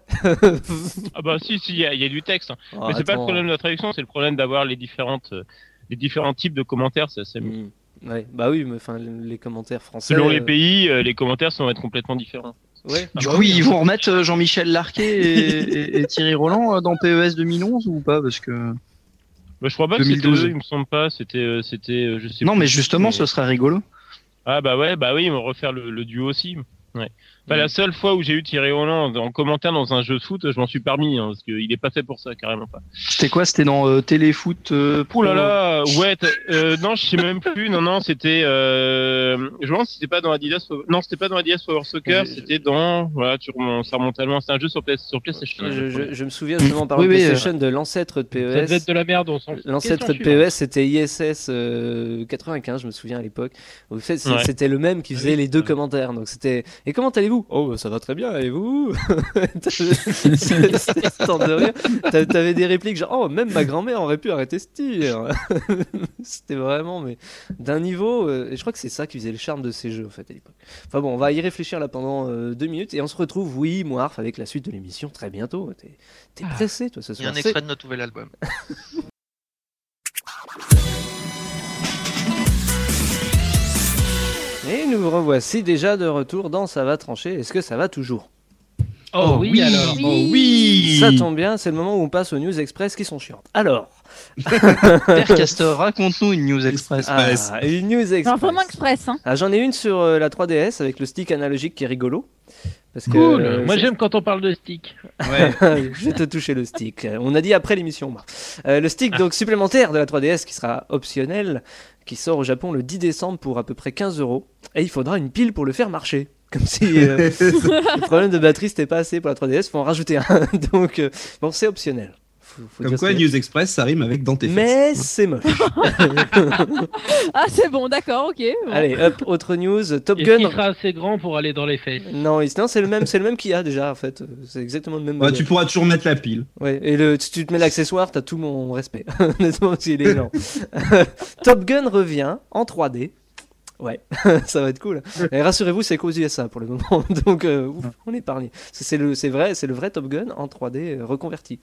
Speaker 9: Ah bah si, si, il y, a- il y a du texte. hein.
Speaker 3: Oh,
Speaker 9: Mais c'est pas le
Speaker 3: attends.
Speaker 9: problème de la traduction, c'est le problème d'avoir les différentes. euh, Les différents types de commentaires, ça, ça-
Speaker 3: Mm. Ouais, bah oui, mais enfin les commentaires français.
Speaker 9: selon les
Speaker 3: euh,
Speaker 9: pays, euh, les commentaires sont être complètement différents.
Speaker 3: ouais.
Speaker 4: du
Speaker 9: Ah
Speaker 4: coup,
Speaker 3: hein.
Speaker 4: ils vont remettre euh, Jean-Michel Larquet et, et- et Thierry Roland euh, dans PES 2011 ou pas Parce que
Speaker 9: Bah, je crois pas que
Speaker 4: 2012.
Speaker 9: c'était eux, il me semble pas. C'était, euh, c'était, euh, je sais
Speaker 4: non,
Speaker 9: plus
Speaker 4: mais
Speaker 9: qui,
Speaker 4: justement, ce serait rigolo.
Speaker 9: Ah bah ouais, bah oui, ils vont refaire le, le duo aussi. Ouais. Bah,
Speaker 3: Mm.
Speaker 9: La seule fois où j'ai eu Thierry Hollande en commentaire dans un jeu de foot, je m'en suis parmi, hein, parce qu'il est pas fait pour ça, carrément pas.
Speaker 4: C'était quoi C'était dans euh, Téléfoot. euh,
Speaker 9: Oh là là, ouais, t'as- euh, non, je sais même plus, non, non, c'était, euh, je pense que c'était pas dans Adidas, Power- non, c'était pas dans Adidas Power Soccer,
Speaker 3: Je- je-
Speaker 9: c'était dans, voilà, tu remontes, ça remonte à loin, c'était un jeu sur, PS- sur PlayStation.
Speaker 3: Je,
Speaker 9: je crois.
Speaker 3: je- je me souviens justement par
Speaker 4: Oui, euh,
Speaker 3: le
Speaker 4: oui,
Speaker 3: PlayStation de l'ancêtre de
Speaker 5: Ça devait
Speaker 3: PES.
Speaker 5: être de la merde, on s'en fout.
Speaker 3: E L'ancêtre de E
Speaker 5: Question suivante.
Speaker 3: PES c'était ISS euh, 95, je me souviens à l'époque. Au fait, c'est-
Speaker 9: Ouais.
Speaker 3: c'était le même qui
Speaker 5: Ah
Speaker 3: faisait
Speaker 5: oui.
Speaker 3: les deux commentaires. Donc c'était Et comment allez-vous Oh, bah, ça va très bien, et vous C'est- c'est tant de rire. T'a- T'avais des répliques genre Oh, même ma grand-mère aurait pu arrêter ce tir. c'était vraiment, mais d'un niveau. euh, et je crois que c'est ça qui faisait le charme de ces jeux, en fait, à l'époque. Enfin bon, on va y réfléchir là pendant euh, deux minutes et on se retrouve, oui, moi, Arf, avec la suite de l'émission très bientôt. T'es t'es
Speaker 5: Ah.
Speaker 3: pressé, toi, ce
Speaker 8: Il y a
Speaker 3: soir.
Speaker 8: un
Speaker 3: C'est-
Speaker 8: extrait de notre nouvel album.
Speaker 3: Et nous revoici déjà de retour dans Ça va trancher. Est-ce que ça va toujours
Speaker 5: Oh, oui, alors.
Speaker 10: Oui.
Speaker 3: Ça tombe bien, c'est le moment où on passe aux news express qui sont chiantes. Alors,
Speaker 4: Père Castor, raconte-nous une news express.
Speaker 3: ah, une news
Speaker 10: Genre
Speaker 3: express.
Speaker 10: vraiment express, hein.
Speaker 3: Ah, J'en ai une sur euh, la 3DS avec le stick analogique qui est rigolo. Parce que,
Speaker 5: Cool.
Speaker 3: euh,
Speaker 5: Moi
Speaker 3: c'est-
Speaker 5: j'aime quand on parle de stick.
Speaker 3: je vais te toucher le stick. Euh, On a dit après l'émission. Marc. Euh, le stick donc supplémentaire de la 3DS qui sera optionnel, qui sort au Japon le 10 décembre pour à peu près 15 euros. Et il faudra une pile pour le faire marcher. Comme si euh, le problème de batterie c'était pas assez pour la 3DS, faut en rajouter un. Donc euh, bon, c'est optionnel. Faut- faut
Speaker 11: Comme
Speaker 3: dire
Speaker 11: quoi,
Speaker 3: ce qu'il y a.
Speaker 11: News Express, ça rime avec dans tes fesses.
Speaker 3: Mais c'est moche.
Speaker 10: Ah, c'est bon, d'accord, ok. bon.
Speaker 3: Allez, hop, autre news. Top
Speaker 5: Est-ce qu'il
Speaker 3: Gun.
Speaker 5: sera assez grand pour aller dans les fesses
Speaker 3: Non, il- non, c'est le même, c'est le même qu'il y a déjà en fait. C'est exactement le même.
Speaker 11: Bah,
Speaker 3: modèle.
Speaker 11: tu pourras toujours mettre la pile.
Speaker 3: Ouais, et le, si tu te mets l'accessoire, t'as tout mon respect. Honnêtement, parce qu'il est énorme. Euh, Top Gun revient en 3D. Ouais, ça va être cool. Et rassurez-vous, c'est qu'aux USA pour le moment. Donc, euh, ouf, on est épargné. Parce que C'est le, c'est vrai, c'est le vrai Top Gun en 3D euh, reconverti.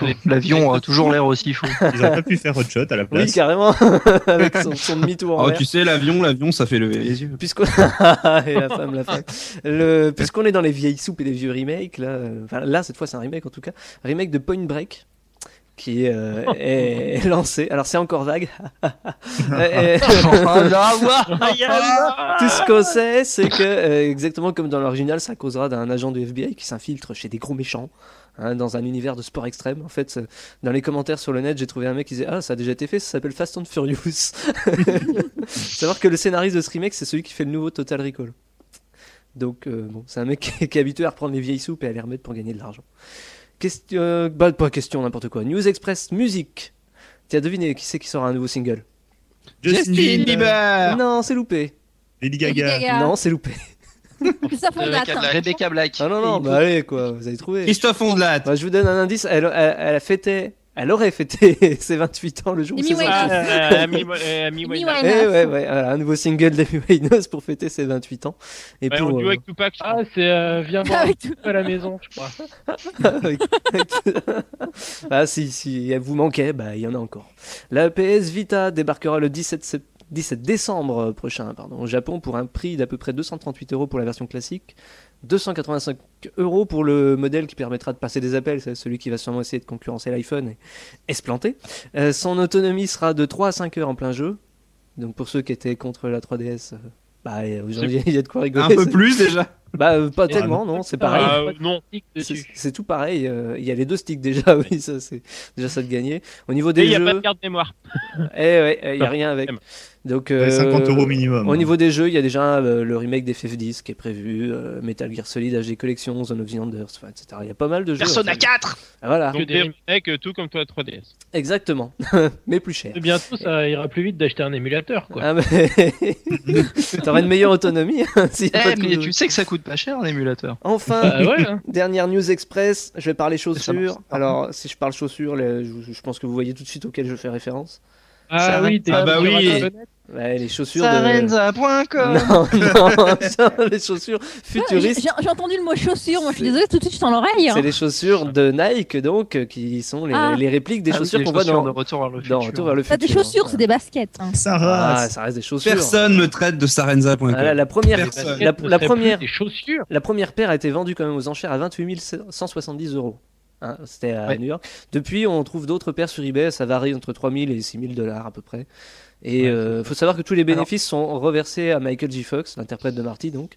Speaker 4: Ah, L'avion aura toujours l'air aussi fou.
Speaker 6: Ils auraient pas pu faire hot shot à la
Speaker 3: Oui,
Speaker 6: place.
Speaker 3: carrément. Avec son, son demi-tour en
Speaker 6: Ah,
Speaker 11: Oh,
Speaker 3: l'air.
Speaker 11: tu sais, l'avion, l'avion, ça fait lever les yeux.
Speaker 3: Puisqu'on et la femme, la femme. Le... Puisqu'on est dans les vieilles soupes et les vieux remakes, là, euh, enfin, là cette fois c'est un remake en tout cas, remake de Point Break qui euh, est lancé. Alors c'est encore vague. Et- et- Tout ce qu'on sait, c'est que euh, exactement comme dans l'original, ça causera d'un agent du FBI qui s'infiltre chez des gros méchants. hein, dans un univers de sport extrême. En fait, euh, dans les commentaires sur le net, j'ai trouvé un mec qui disait Ah, ça a déjà été fait, ça s'appelle Fast and Furious. Savoir que le scénariste de ce remake, c'est celui qui fait le nouveau Total Recall. Donc, euh, bon, c'est un mec qui est, qui est habitué à reprendre les vieilles soupes et à les remettre pour gagner de l'argent. Question. euh, bah, pas question, n'importe quoi. News Express Musique. Tiens, deviné qui c'est qui sort un nouveau single
Speaker 6: Justin Bieber.
Speaker 4: Euh.
Speaker 3: Non, c'est loupé.
Speaker 6: Lady
Speaker 10: Lady
Speaker 6: Gaga.
Speaker 10: Gaga.
Speaker 3: Non, c'est loupé.
Speaker 10: Ça fond
Speaker 4: Rebecca
Speaker 10: date.
Speaker 4: Black. Rebecca Black.
Speaker 3: Ah non, non, bah allez, quoi, vous avez trouvé.
Speaker 11: Christophe Ondelat.
Speaker 3: Bah, je vous donne un indice. Elle, elle, elle a fêté, elle aurait fêté ses 28 ans le jour où
Speaker 10: Amy
Speaker 3: ses
Speaker 10: Winehouse.
Speaker 3: enfants-
Speaker 9: Ah, euh, Amy Wi- euh, Amy
Speaker 10: Amy
Speaker 9: Winehouse.
Speaker 3: Eh ouais, ouais, voilà, un nouveau single d'Amy Winehouse pour fêter ses 28 ans. Et
Speaker 9: Ouais,
Speaker 3: pour,
Speaker 9: on
Speaker 3: euh,
Speaker 9: joue avec Tupac. je crois.
Speaker 5: Ah, c'est euh, viens
Speaker 3: Ah,
Speaker 5: voir
Speaker 10: Avec tout-
Speaker 5: à la maison, je crois.
Speaker 3: avec- ah, si, si elle vous manquait, bah, il y en a encore. La PS Vita débarquera le 17, sep- 17 décembre prochain pardon, au Japon pour un prix d'à peu près 238 euros pour la version classique, 285 euros pour le modèle qui permettra de passer des appels, c'est celui qui va sûrement essayer de concurrencer l'iPhone et, et se planter. Euh, son autonomie sera de 3 à 5 heures en plein jeu. Donc pour ceux qui étaient contre la 3DS, euh, bah, euh, aujourd'hui il y a de quoi rigoler.
Speaker 11: Un peu
Speaker 3: c'est-
Speaker 11: plus déjà.
Speaker 3: Bah, euh, pas
Speaker 5: Et-
Speaker 3: tellement, non, c'est pareil.
Speaker 9: Ah, euh, non.
Speaker 3: C'est c'est tout pareil. euh, Il y a les deux sticks déjà. Oui, ça c'est déjà ça de gagner. Au niveau
Speaker 9: Et
Speaker 3: des
Speaker 9: il n'y a
Speaker 3: jeux,
Speaker 9: pas de carte mémoire.
Speaker 3: eh ouais, eh, il y a rien avec. Donc euh,
Speaker 6: 50 euros minimum.
Speaker 3: Au niveau des jeux, il y a déjà euh, le remake des FF10 qui est prévu, euh, Metal Gear Solid HD Collection, Zone of the Enders, enfin, etc. Il y a pas mal de jeux.
Speaker 8: Persona 4
Speaker 3: Ah, Voilà,
Speaker 9: Donc des remakes, euh, tout comme toi, 3DS.
Speaker 3: exactement, mais plus cher.
Speaker 5: Et bientôt, ça ira plus vite d'acheter un émulateur, quoi.
Speaker 3: Ah, mais... T'aurais une meilleure autonomie. hein, s'il y a
Speaker 4: Eh,
Speaker 3: pas de
Speaker 4: mais
Speaker 3: coup de-
Speaker 4: tu sais que ça coûte pas
Speaker 10: Ah,
Speaker 4: cher un émulateur.
Speaker 3: Enfin,
Speaker 5: Bah ouais, hein.
Speaker 3: Dernière news express, je vais parler
Speaker 4: Ça marche, ça
Speaker 3: chaussures. Alors, si je parle chaussures, les- je, je pense que vous voyez tout de suite auquel je fais référence.
Speaker 5: Ah oui, t'es
Speaker 11: Ah bah oui.
Speaker 3: Ouais, les chaussures de...
Speaker 4: Sarenza.com
Speaker 3: Non, non, les chaussures
Speaker 10: Ouais,
Speaker 3: futuristes.
Speaker 10: j'ai- J'ai entendu le mot chaussure, moi je suis désolée, tout de suite je sens l'oreille. hein.
Speaker 3: C'est les chaussures de Nike, donc, euh, qui sont les,
Speaker 10: Ah.
Speaker 3: les répliques des
Speaker 4: Ah oui,
Speaker 3: chaussures
Speaker 4: les
Speaker 3: qu'on voit
Speaker 4: chaussures
Speaker 3: dans,
Speaker 4: de retour vers le
Speaker 3: dans
Speaker 4: futur.
Speaker 3: Retour vers le
Speaker 10: Pas
Speaker 3: futur.
Speaker 10: des chaussures, c'est des baskets. hein.
Speaker 6: Sarah.
Speaker 3: Ah, ça reste des chaussures.
Speaker 11: Personne ne traite de Sarenza.com.
Speaker 3: Ah, là, la première,
Speaker 11: Personne.
Speaker 3: la- la première
Speaker 5: Des chaussures.
Speaker 3: La première paire a été vendue quand même aux enchères à 28 170 euros. Hein, C'était à
Speaker 4: Ouais.
Speaker 3: New York. Depuis, on trouve d'autres paires sur eBay. Ça varie entre 3000 et 6000 dollars à peu près. Et il faut savoir que tous les bénéfices sont reversés à Michael J. Fox, l'interprète de Marty, donc,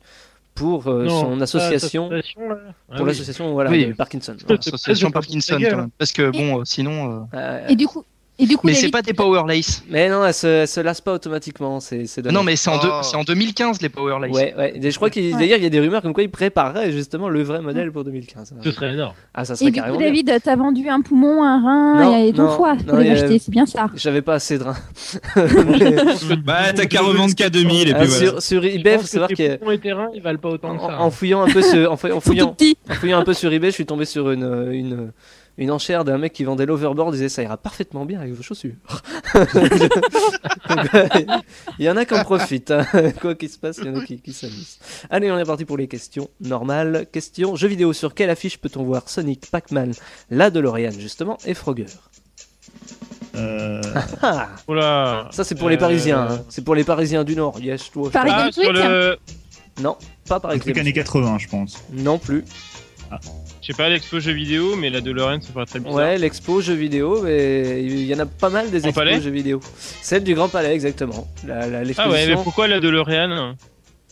Speaker 3: pour euh,
Speaker 5: Non,
Speaker 3: son
Speaker 5: ah,
Speaker 3: association,
Speaker 5: cette association, là. Ah
Speaker 3: pour
Speaker 5: oui.
Speaker 3: l'association voilà,
Speaker 4: Oui.
Speaker 3: de Parkinson. Voilà.
Speaker 4: Association
Speaker 5: Presque
Speaker 4: Parkinson,
Speaker 5: ta gueule.
Speaker 4: quand même. Parce que bon, euh, sinon. euh,
Speaker 3: Euh,
Speaker 10: Et du coup, et du coup
Speaker 4: Mais
Speaker 10: les
Speaker 4: c'est
Speaker 10: huit-
Speaker 4: pas des Power Lace.
Speaker 3: mais non, elle se, elle se lasse pas automatiquement. C'est c'est
Speaker 11: Bah
Speaker 3: dommage.
Speaker 4: Non, mais c'est en,
Speaker 8: Oh.
Speaker 4: deux- c'est en 2015 les Power Lace.
Speaker 3: Ouais, ouais. Et Je crois qu'il
Speaker 10: Ouais.
Speaker 3: d'ailleurs, il y a des rumeurs comme quoi il préparait justement le vrai modèle pour 2015.
Speaker 5: Ce serait énorme.
Speaker 3: Ah, ça serait
Speaker 10: Et du
Speaker 3: carrément.
Speaker 10: coup,
Speaker 3: bien.
Speaker 10: David, t'as vendu un poumon, un rein
Speaker 3: Non,
Speaker 10: et ton
Speaker 3: non,
Speaker 10: foie
Speaker 3: non,
Speaker 10: pour les
Speaker 3: il y a-
Speaker 10: acheter, c'est bien ça.
Speaker 3: J'avais pas assez de reins. Mais-
Speaker 11: Bah, t'as qu'à revendre qu'à 2000 et
Speaker 3: Ah,
Speaker 11: puis voilà.
Speaker 3: sur, sur
Speaker 5: Je
Speaker 3: eBay, faut
Speaker 5: pense
Speaker 3: savoir
Speaker 5: que
Speaker 3: que
Speaker 5: tes poumons et tes reins, ils valent pas autant que ça.
Speaker 3: en, en fouillant un peu, ce- en, fouillant, en
Speaker 10: Surtout
Speaker 3: fouillant-
Speaker 10: petit.
Speaker 3: en fouillant un peu sur eBay, je suis tombé sur une, euh, une, une enchère d'un mec qui vendait l'overboard. Il disait ça ira parfaitement bien avec vos chaussures. Donc, euh, il y en a qui en profitent. hein. Quoi qu'il se passe, il y en a qui, qui s'amusent. Allez, on est parti pour les questions normales. Question jeux vidéo sur quelle affiche peut-on voir Sonic, Pac-Man, la DeLorean justement et Frogger
Speaker 6: Euh,
Speaker 3: Ah,
Speaker 9: Oh là.
Speaker 3: Ça, c'est pour les
Speaker 9: Euh,
Speaker 3: Parisiens. hein. C'est pour les Parisiens du Nord. Yes, toi.
Speaker 10: Paris
Speaker 9: Ah,
Speaker 10: Games Week
Speaker 9: sur le...
Speaker 3: Non, pas par
Speaker 6: un truc
Speaker 3: exemple.
Speaker 6: années 80, je pense.
Speaker 3: Non plus.
Speaker 9: Je sais pas, l'expo jeux vidéo, mais la DeLorean, ça paraît très bizarre.
Speaker 3: Ouais, l'expo jeux vidéo, mais il y en a pas mal des
Speaker 9: Grand
Speaker 3: expos
Speaker 9: Palais
Speaker 3: jeux vidéo. Celle du Grand Palais, exactement. La, la-
Speaker 9: ah ouais, mais
Speaker 3: l'exposition-
Speaker 9: pourquoi la DeLorean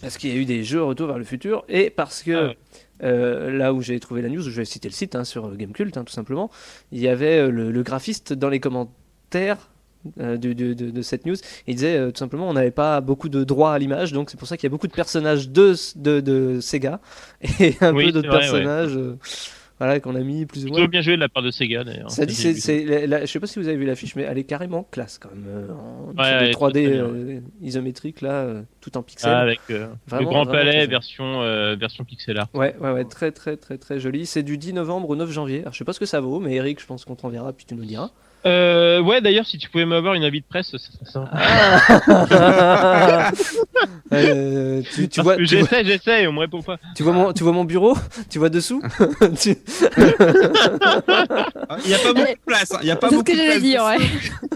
Speaker 3: Parce qu'il y a eu des jeux Retour vers le futur et parce
Speaker 9: Ah
Speaker 3: que euh, là où j'ai trouvé la news, où je vais citer le site hein, sur Gamecult hein, tout simplement, il y avait euh, le, le graphiste dans les commentaires euh, du- du- de, de cette news. Il disait euh, tout simplement on n'avait pas beaucoup de droits à l'image, donc c'est pour ça qu'il y a beaucoup de personnages de, de, de Sega et un
Speaker 9: Oui,
Speaker 3: peu
Speaker 9: c'est
Speaker 3: d'autres
Speaker 9: vrai, ouais.
Speaker 3: personnages euh, voilà, qu'on a mis plus ou moins.
Speaker 9: Plutôt bien joué de la part de Sega d'ailleurs. Ah,
Speaker 3: Ça dit,
Speaker 9: Hein,
Speaker 3: c'est-
Speaker 9: J'ai vu
Speaker 3: c'est la- la- je sais pas si vous avez vu l'affiche, mais elle est carrément classe quand même. euh, en
Speaker 9: Ouais,
Speaker 3: sur des
Speaker 9: ouais,
Speaker 3: 3D
Speaker 9: très bien,
Speaker 3: euh, isométrique là, euh, tout en pixels.
Speaker 9: Ah, avec euh, le
Speaker 3: Vraiment,
Speaker 9: Grand
Speaker 3: vraiment
Speaker 9: Palais
Speaker 3: très bien.
Speaker 9: version, euh, version pixel art.
Speaker 3: Ouais, ouais, ouais, très très très très joli. C'est du 10 novembre au 9 janvier. Alors, je sais pas ce que ça vaut, mais Eric, je pense qu'on te renverra puis tu nous diras.
Speaker 9: Euh, ouais, d'ailleurs, si tu pouvais m'avoir une avis de presse, ça serait sympa.
Speaker 3: Euh, tu, tu vois,
Speaker 9: Parce que
Speaker 3: tu vois-
Speaker 9: J'essaie, j'essaie, on me répond pas.
Speaker 3: tu vois mon, tu vois mon bureau Tu vois dessous Tu-
Speaker 11: Ah, Il n'y a pas beaucoup de place. hein. Il n'y a pas beaucoup de place.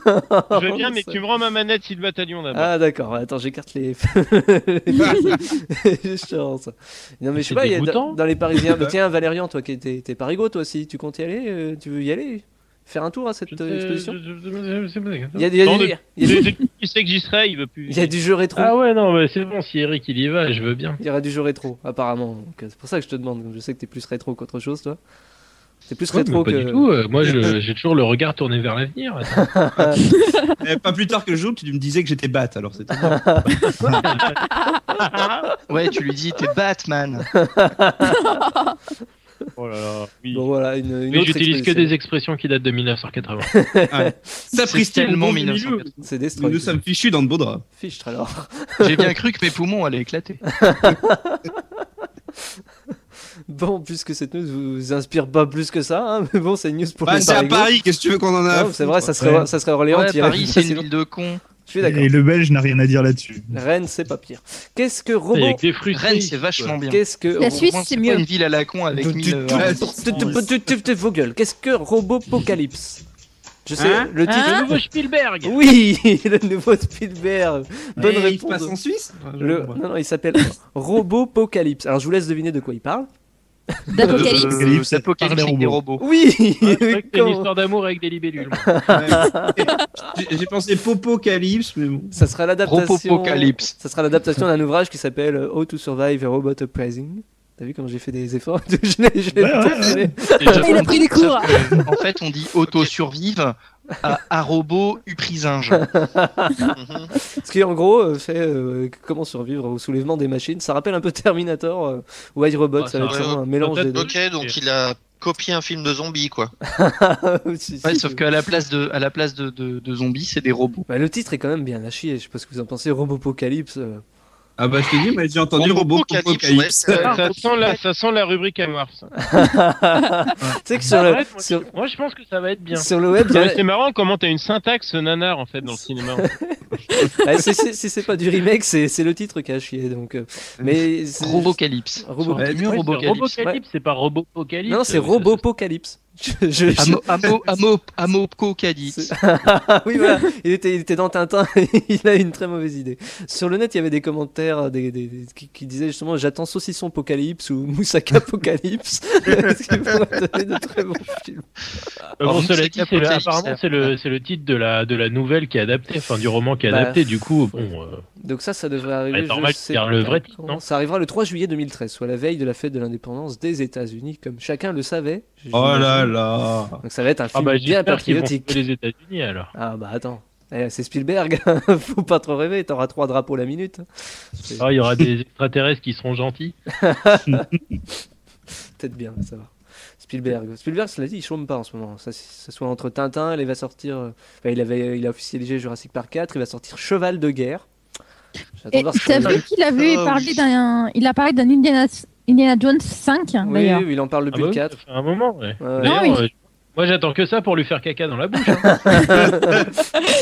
Speaker 9: Je veux bien, mais tu me rends ma manette, si le bataillon d'abord.
Speaker 3: Ah d'accord, attends, j'écarte les... les chances. Non mais je sais
Speaker 9: C'est
Speaker 3: pas, il y a
Speaker 9: dégoûtant.
Speaker 3: dans, dans les Parisiens... Bah, tiens, Valérian, toi qui t'es t'es parigo toi aussi, tu comptes y aller euh, Tu veux y aller Faire un tour à cette euh, exposition Il y a- il y a
Speaker 9: Non,
Speaker 3: du-
Speaker 9: de-
Speaker 3: il y a du-
Speaker 9: depuis qu'il sait que j'y serai, il veut plus.
Speaker 3: Il y a du jeu rétro.
Speaker 5: Ah ouais, non, mais c'est bon, si Eric il y va, je veux bien.
Speaker 3: Il y aura du jeu rétro, apparemment. Donc, euh, C'est pour ça que je te demande. comme Je sais que t'es plus rétro qu'autre chose, toi. T'es plus
Speaker 5: Ouais, mais
Speaker 3: rétro
Speaker 5: pas
Speaker 3: que.
Speaker 5: du tout. euh, Moi, je- j'ai toujours le regard tourné vers l'avenir.
Speaker 11: Eh, pas plus tard que le jour, où tu me disais que j'étais batte, alors c'était.
Speaker 4: Ouais, tu lui dis, t'es Batman.
Speaker 9: Oh là là.
Speaker 3: Bon voilà, une, une
Speaker 5: Mais
Speaker 3: autre
Speaker 5: j'utilise que
Speaker 3: exposition.
Speaker 5: des expressions qui datent de 1980.
Speaker 11: Ah Sapristi, on tombe du milieu.
Speaker 3: C'est
Speaker 11: Nous
Speaker 3: Destroy.
Speaker 11: nous sommes fichus dans de beaux draps.
Speaker 3: Fichtre alors.
Speaker 4: J'ai bien cru que mes poumons allaient éclater.
Speaker 3: Bon, puisque cette news vous inspire pas plus que ça, hein, mais bon, c'est une news pour
Speaker 11: Bah,
Speaker 3: les
Speaker 11: c'est à
Speaker 3: Parisiens.
Speaker 11: Paris, qu'est-ce que tu veux qu'on en a
Speaker 6: Ah,
Speaker 11: à
Speaker 3: Non, Ah, C'est vrai,
Speaker 11: foutre
Speaker 3: ça serait,
Speaker 11: Ouais.
Speaker 3: ça serait Orléans
Speaker 4: Ouais,
Speaker 3: qui
Speaker 11: hein.
Speaker 3: irait
Speaker 4: Paris,
Speaker 3: plus
Speaker 4: c'est une
Speaker 3: facilement.
Speaker 4: ville de cons.
Speaker 3: Je suis d'accord.
Speaker 6: Et le Belge n'a rien à dire là-dessus.
Speaker 3: Rennes, c'est pas pire. Qu'est-ce que Robot
Speaker 5: avec des fruits
Speaker 4: Rennes, c'est vachement bien.
Speaker 3: Qu'est-ce que
Speaker 10: La Suisse,
Speaker 4: Rouen,
Speaker 10: c'est
Speaker 4: pas
Speaker 10: mieux.
Speaker 4: Une ville à la con avec
Speaker 3: Tu- tu-
Speaker 4: mille. euh,
Speaker 3: tu- tu- tu- tu- tu- tu- Vos gueules. Qu'est-ce que Robopocalypse Je sais
Speaker 11: Hein
Speaker 3: le titre.
Speaker 5: Le nouveau Spielberg
Speaker 3: Oui, le nouveau Spielberg. Bonne
Speaker 11: Et
Speaker 4: Eh,
Speaker 11: il se
Speaker 3: réponse.
Speaker 11: passe en Suisse
Speaker 3: Le- Non, non, il s'appelle Robopocalypse. Alors, je vous laisse deviner de quoi il parle.
Speaker 10: D'apocalypse.
Speaker 6: Apocalypse, ça parle
Speaker 4: Apocalypse
Speaker 6: des
Speaker 4: avec Euh, des
Speaker 6: robots.
Speaker 4: robots.
Speaker 3: Oui
Speaker 5: C'est vrai que c'est une
Speaker 3: Comment
Speaker 5: histoire d'amour avec des libellules.
Speaker 11: J'ai- J'ai pensé Popocalypse, mais bon.
Speaker 3: Ça sera l'adaptation.
Speaker 4: Robopocalypse.
Speaker 3: Ça sera l'adaptation d'un ouvrage qui s'appelle euh, How to Survive a Robot Uprising. T'as vu comment j'ai fait des efforts de- Je l'ai je l'ai
Speaker 6: Ouais, ouais,
Speaker 3: enchaîné.
Speaker 10: Il a pris des cours.
Speaker 4: En fait, on dit auto-survive à, à robot uprisinge.
Speaker 8: Mhm.
Speaker 3: Ce qui, en gros, euh, fait euh, comment survivre au soulèvement des machines. Ça rappelle un peu Terminator euh, ou iRobot.
Speaker 5: Ah,
Speaker 3: ça
Speaker 5: ça
Speaker 3: va être
Speaker 8: va.
Speaker 3: sûrement un mélange des deux.
Speaker 8: Ok,
Speaker 5: Peut-être
Speaker 8: donc il a copié un film de zombies, quoi.
Speaker 3: Si, si,
Speaker 4: Ouais,
Speaker 3: si.
Speaker 4: sauf qu'à la place de, à la place de, de, de zombies, c'est des robots.
Speaker 3: Bah, le titre est quand même bien à chier. Je sais pas ce que vous en pensez. Robopocalypse. euh.
Speaker 11: Ah bah je t'ai dit, mais j'ai entendu robot Popocalypse.
Speaker 8: ouais,
Speaker 9: Ça, ça sent la, ça sent la rubrique à noir, ça.
Speaker 3: Tu sais que sur le,
Speaker 5: Arrête, moi,
Speaker 3: sur-
Speaker 5: je- Moi, je pense que ça va être bien.
Speaker 3: sur le web, il y a-
Speaker 9: Ouais, C'est marrant comment t'as une syntaxe nanar en fait dans le cinéma.
Speaker 3: Ah, c'est- c'est- si c'est pas du remake, c'est c'est le titre qui a chié. Donc, euh, mais c'est-
Speaker 4: Robocalypse.
Speaker 3: Robo-
Speaker 4: C'est
Speaker 5: Ouais,
Speaker 4: mieux
Speaker 5: c'est
Speaker 4: Robocalypse.
Speaker 5: Robocalypse, c'est pas Robopocalypse.
Speaker 3: Non, c'est
Speaker 5: euh,
Speaker 3: Robopocalypse. Je- je-
Speaker 11: Ah
Speaker 3: je-
Speaker 4: Amo- amo- amo- Amopocalypse.
Speaker 3: Ah oui, voilà. Il était, il était dans Tintin. il a une très mauvaise idée. Sur le net, il y avait des commentaires euh, des, des- des- qui, qui disaient justement j'attends saucisson apocalypse ou moussaka apocalypse. Ce qui pourrait donner de très bons films.
Speaker 5: Euh,
Speaker 4: Alors,
Speaker 5: bon,
Speaker 4: vous,
Speaker 5: cela
Speaker 4: c'est
Speaker 5: dit, c'est le-
Speaker 4: Apocalypse,
Speaker 5: apparemment,
Speaker 4: hein.
Speaker 5: c'est le, c'est le titre de la, de la nouvelle qui est adaptée, enfin du roman qui est
Speaker 3: Bah,
Speaker 5: adapté, du coup, bon. euh,
Speaker 3: Donc ça, ça devrait arriver.
Speaker 5: Ouais,
Speaker 3: je
Speaker 5: normal,
Speaker 3: sais
Speaker 5: c'est le
Speaker 3: pas
Speaker 5: vrai titre,
Speaker 3: quand.
Speaker 5: non
Speaker 3: ça arrivera le 3 juillet 2013, soit la veille de la fête de l'indépendance des États-Unis, comme chacun le savait.
Speaker 11: Oh là
Speaker 3: j'imagine.
Speaker 11: là.
Speaker 3: Donc ça va être un
Speaker 5: Ah
Speaker 3: film
Speaker 5: bah,
Speaker 3: bien
Speaker 5: j'espère qu'ils vont
Speaker 3: patriotique.
Speaker 5: sauver les États-Unis alors.
Speaker 3: Ah bah attends, Eh, c'est Spielberg, faut pas trop rêver, t'auras trois drapeaux la minute. C'est
Speaker 5: Ah, il y aura des extraterrestres qui seront gentils.
Speaker 3: peut-être bien, ça va. Spielberg, Spielberg, cela dit, il chôme pas en ce moment. Ça, ça soit entre Tintin, là, il va sortir, euh, enfin, il avait, il a officialisé Jurassic Park 4, il va sortir Cheval de guerre. J'attends de
Speaker 10: Et
Speaker 3: voir si
Speaker 10: t'as
Speaker 3: Cheval de-
Speaker 10: vu qu'il avait
Speaker 8: Ah,
Speaker 10: parlé
Speaker 8: oui.
Speaker 10: d'un. Il a parlé d'un Indiana... Indiana Jones 5,
Speaker 3: Oui,
Speaker 10: hein, d'ailleurs.
Speaker 3: oui, il en parle
Speaker 5: Ah
Speaker 3: depuis
Speaker 5: bah
Speaker 3: le
Speaker 5: oui,
Speaker 3: 4.
Speaker 5: ça fait un moment, ouais.
Speaker 3: Ouais, ouais.
Speaker 5: D'ailleurs,
Speaker 10: Non, oui.
Speaker 5: euh, moi j'attends que ça pour lui faire caca dans la bouche. hein.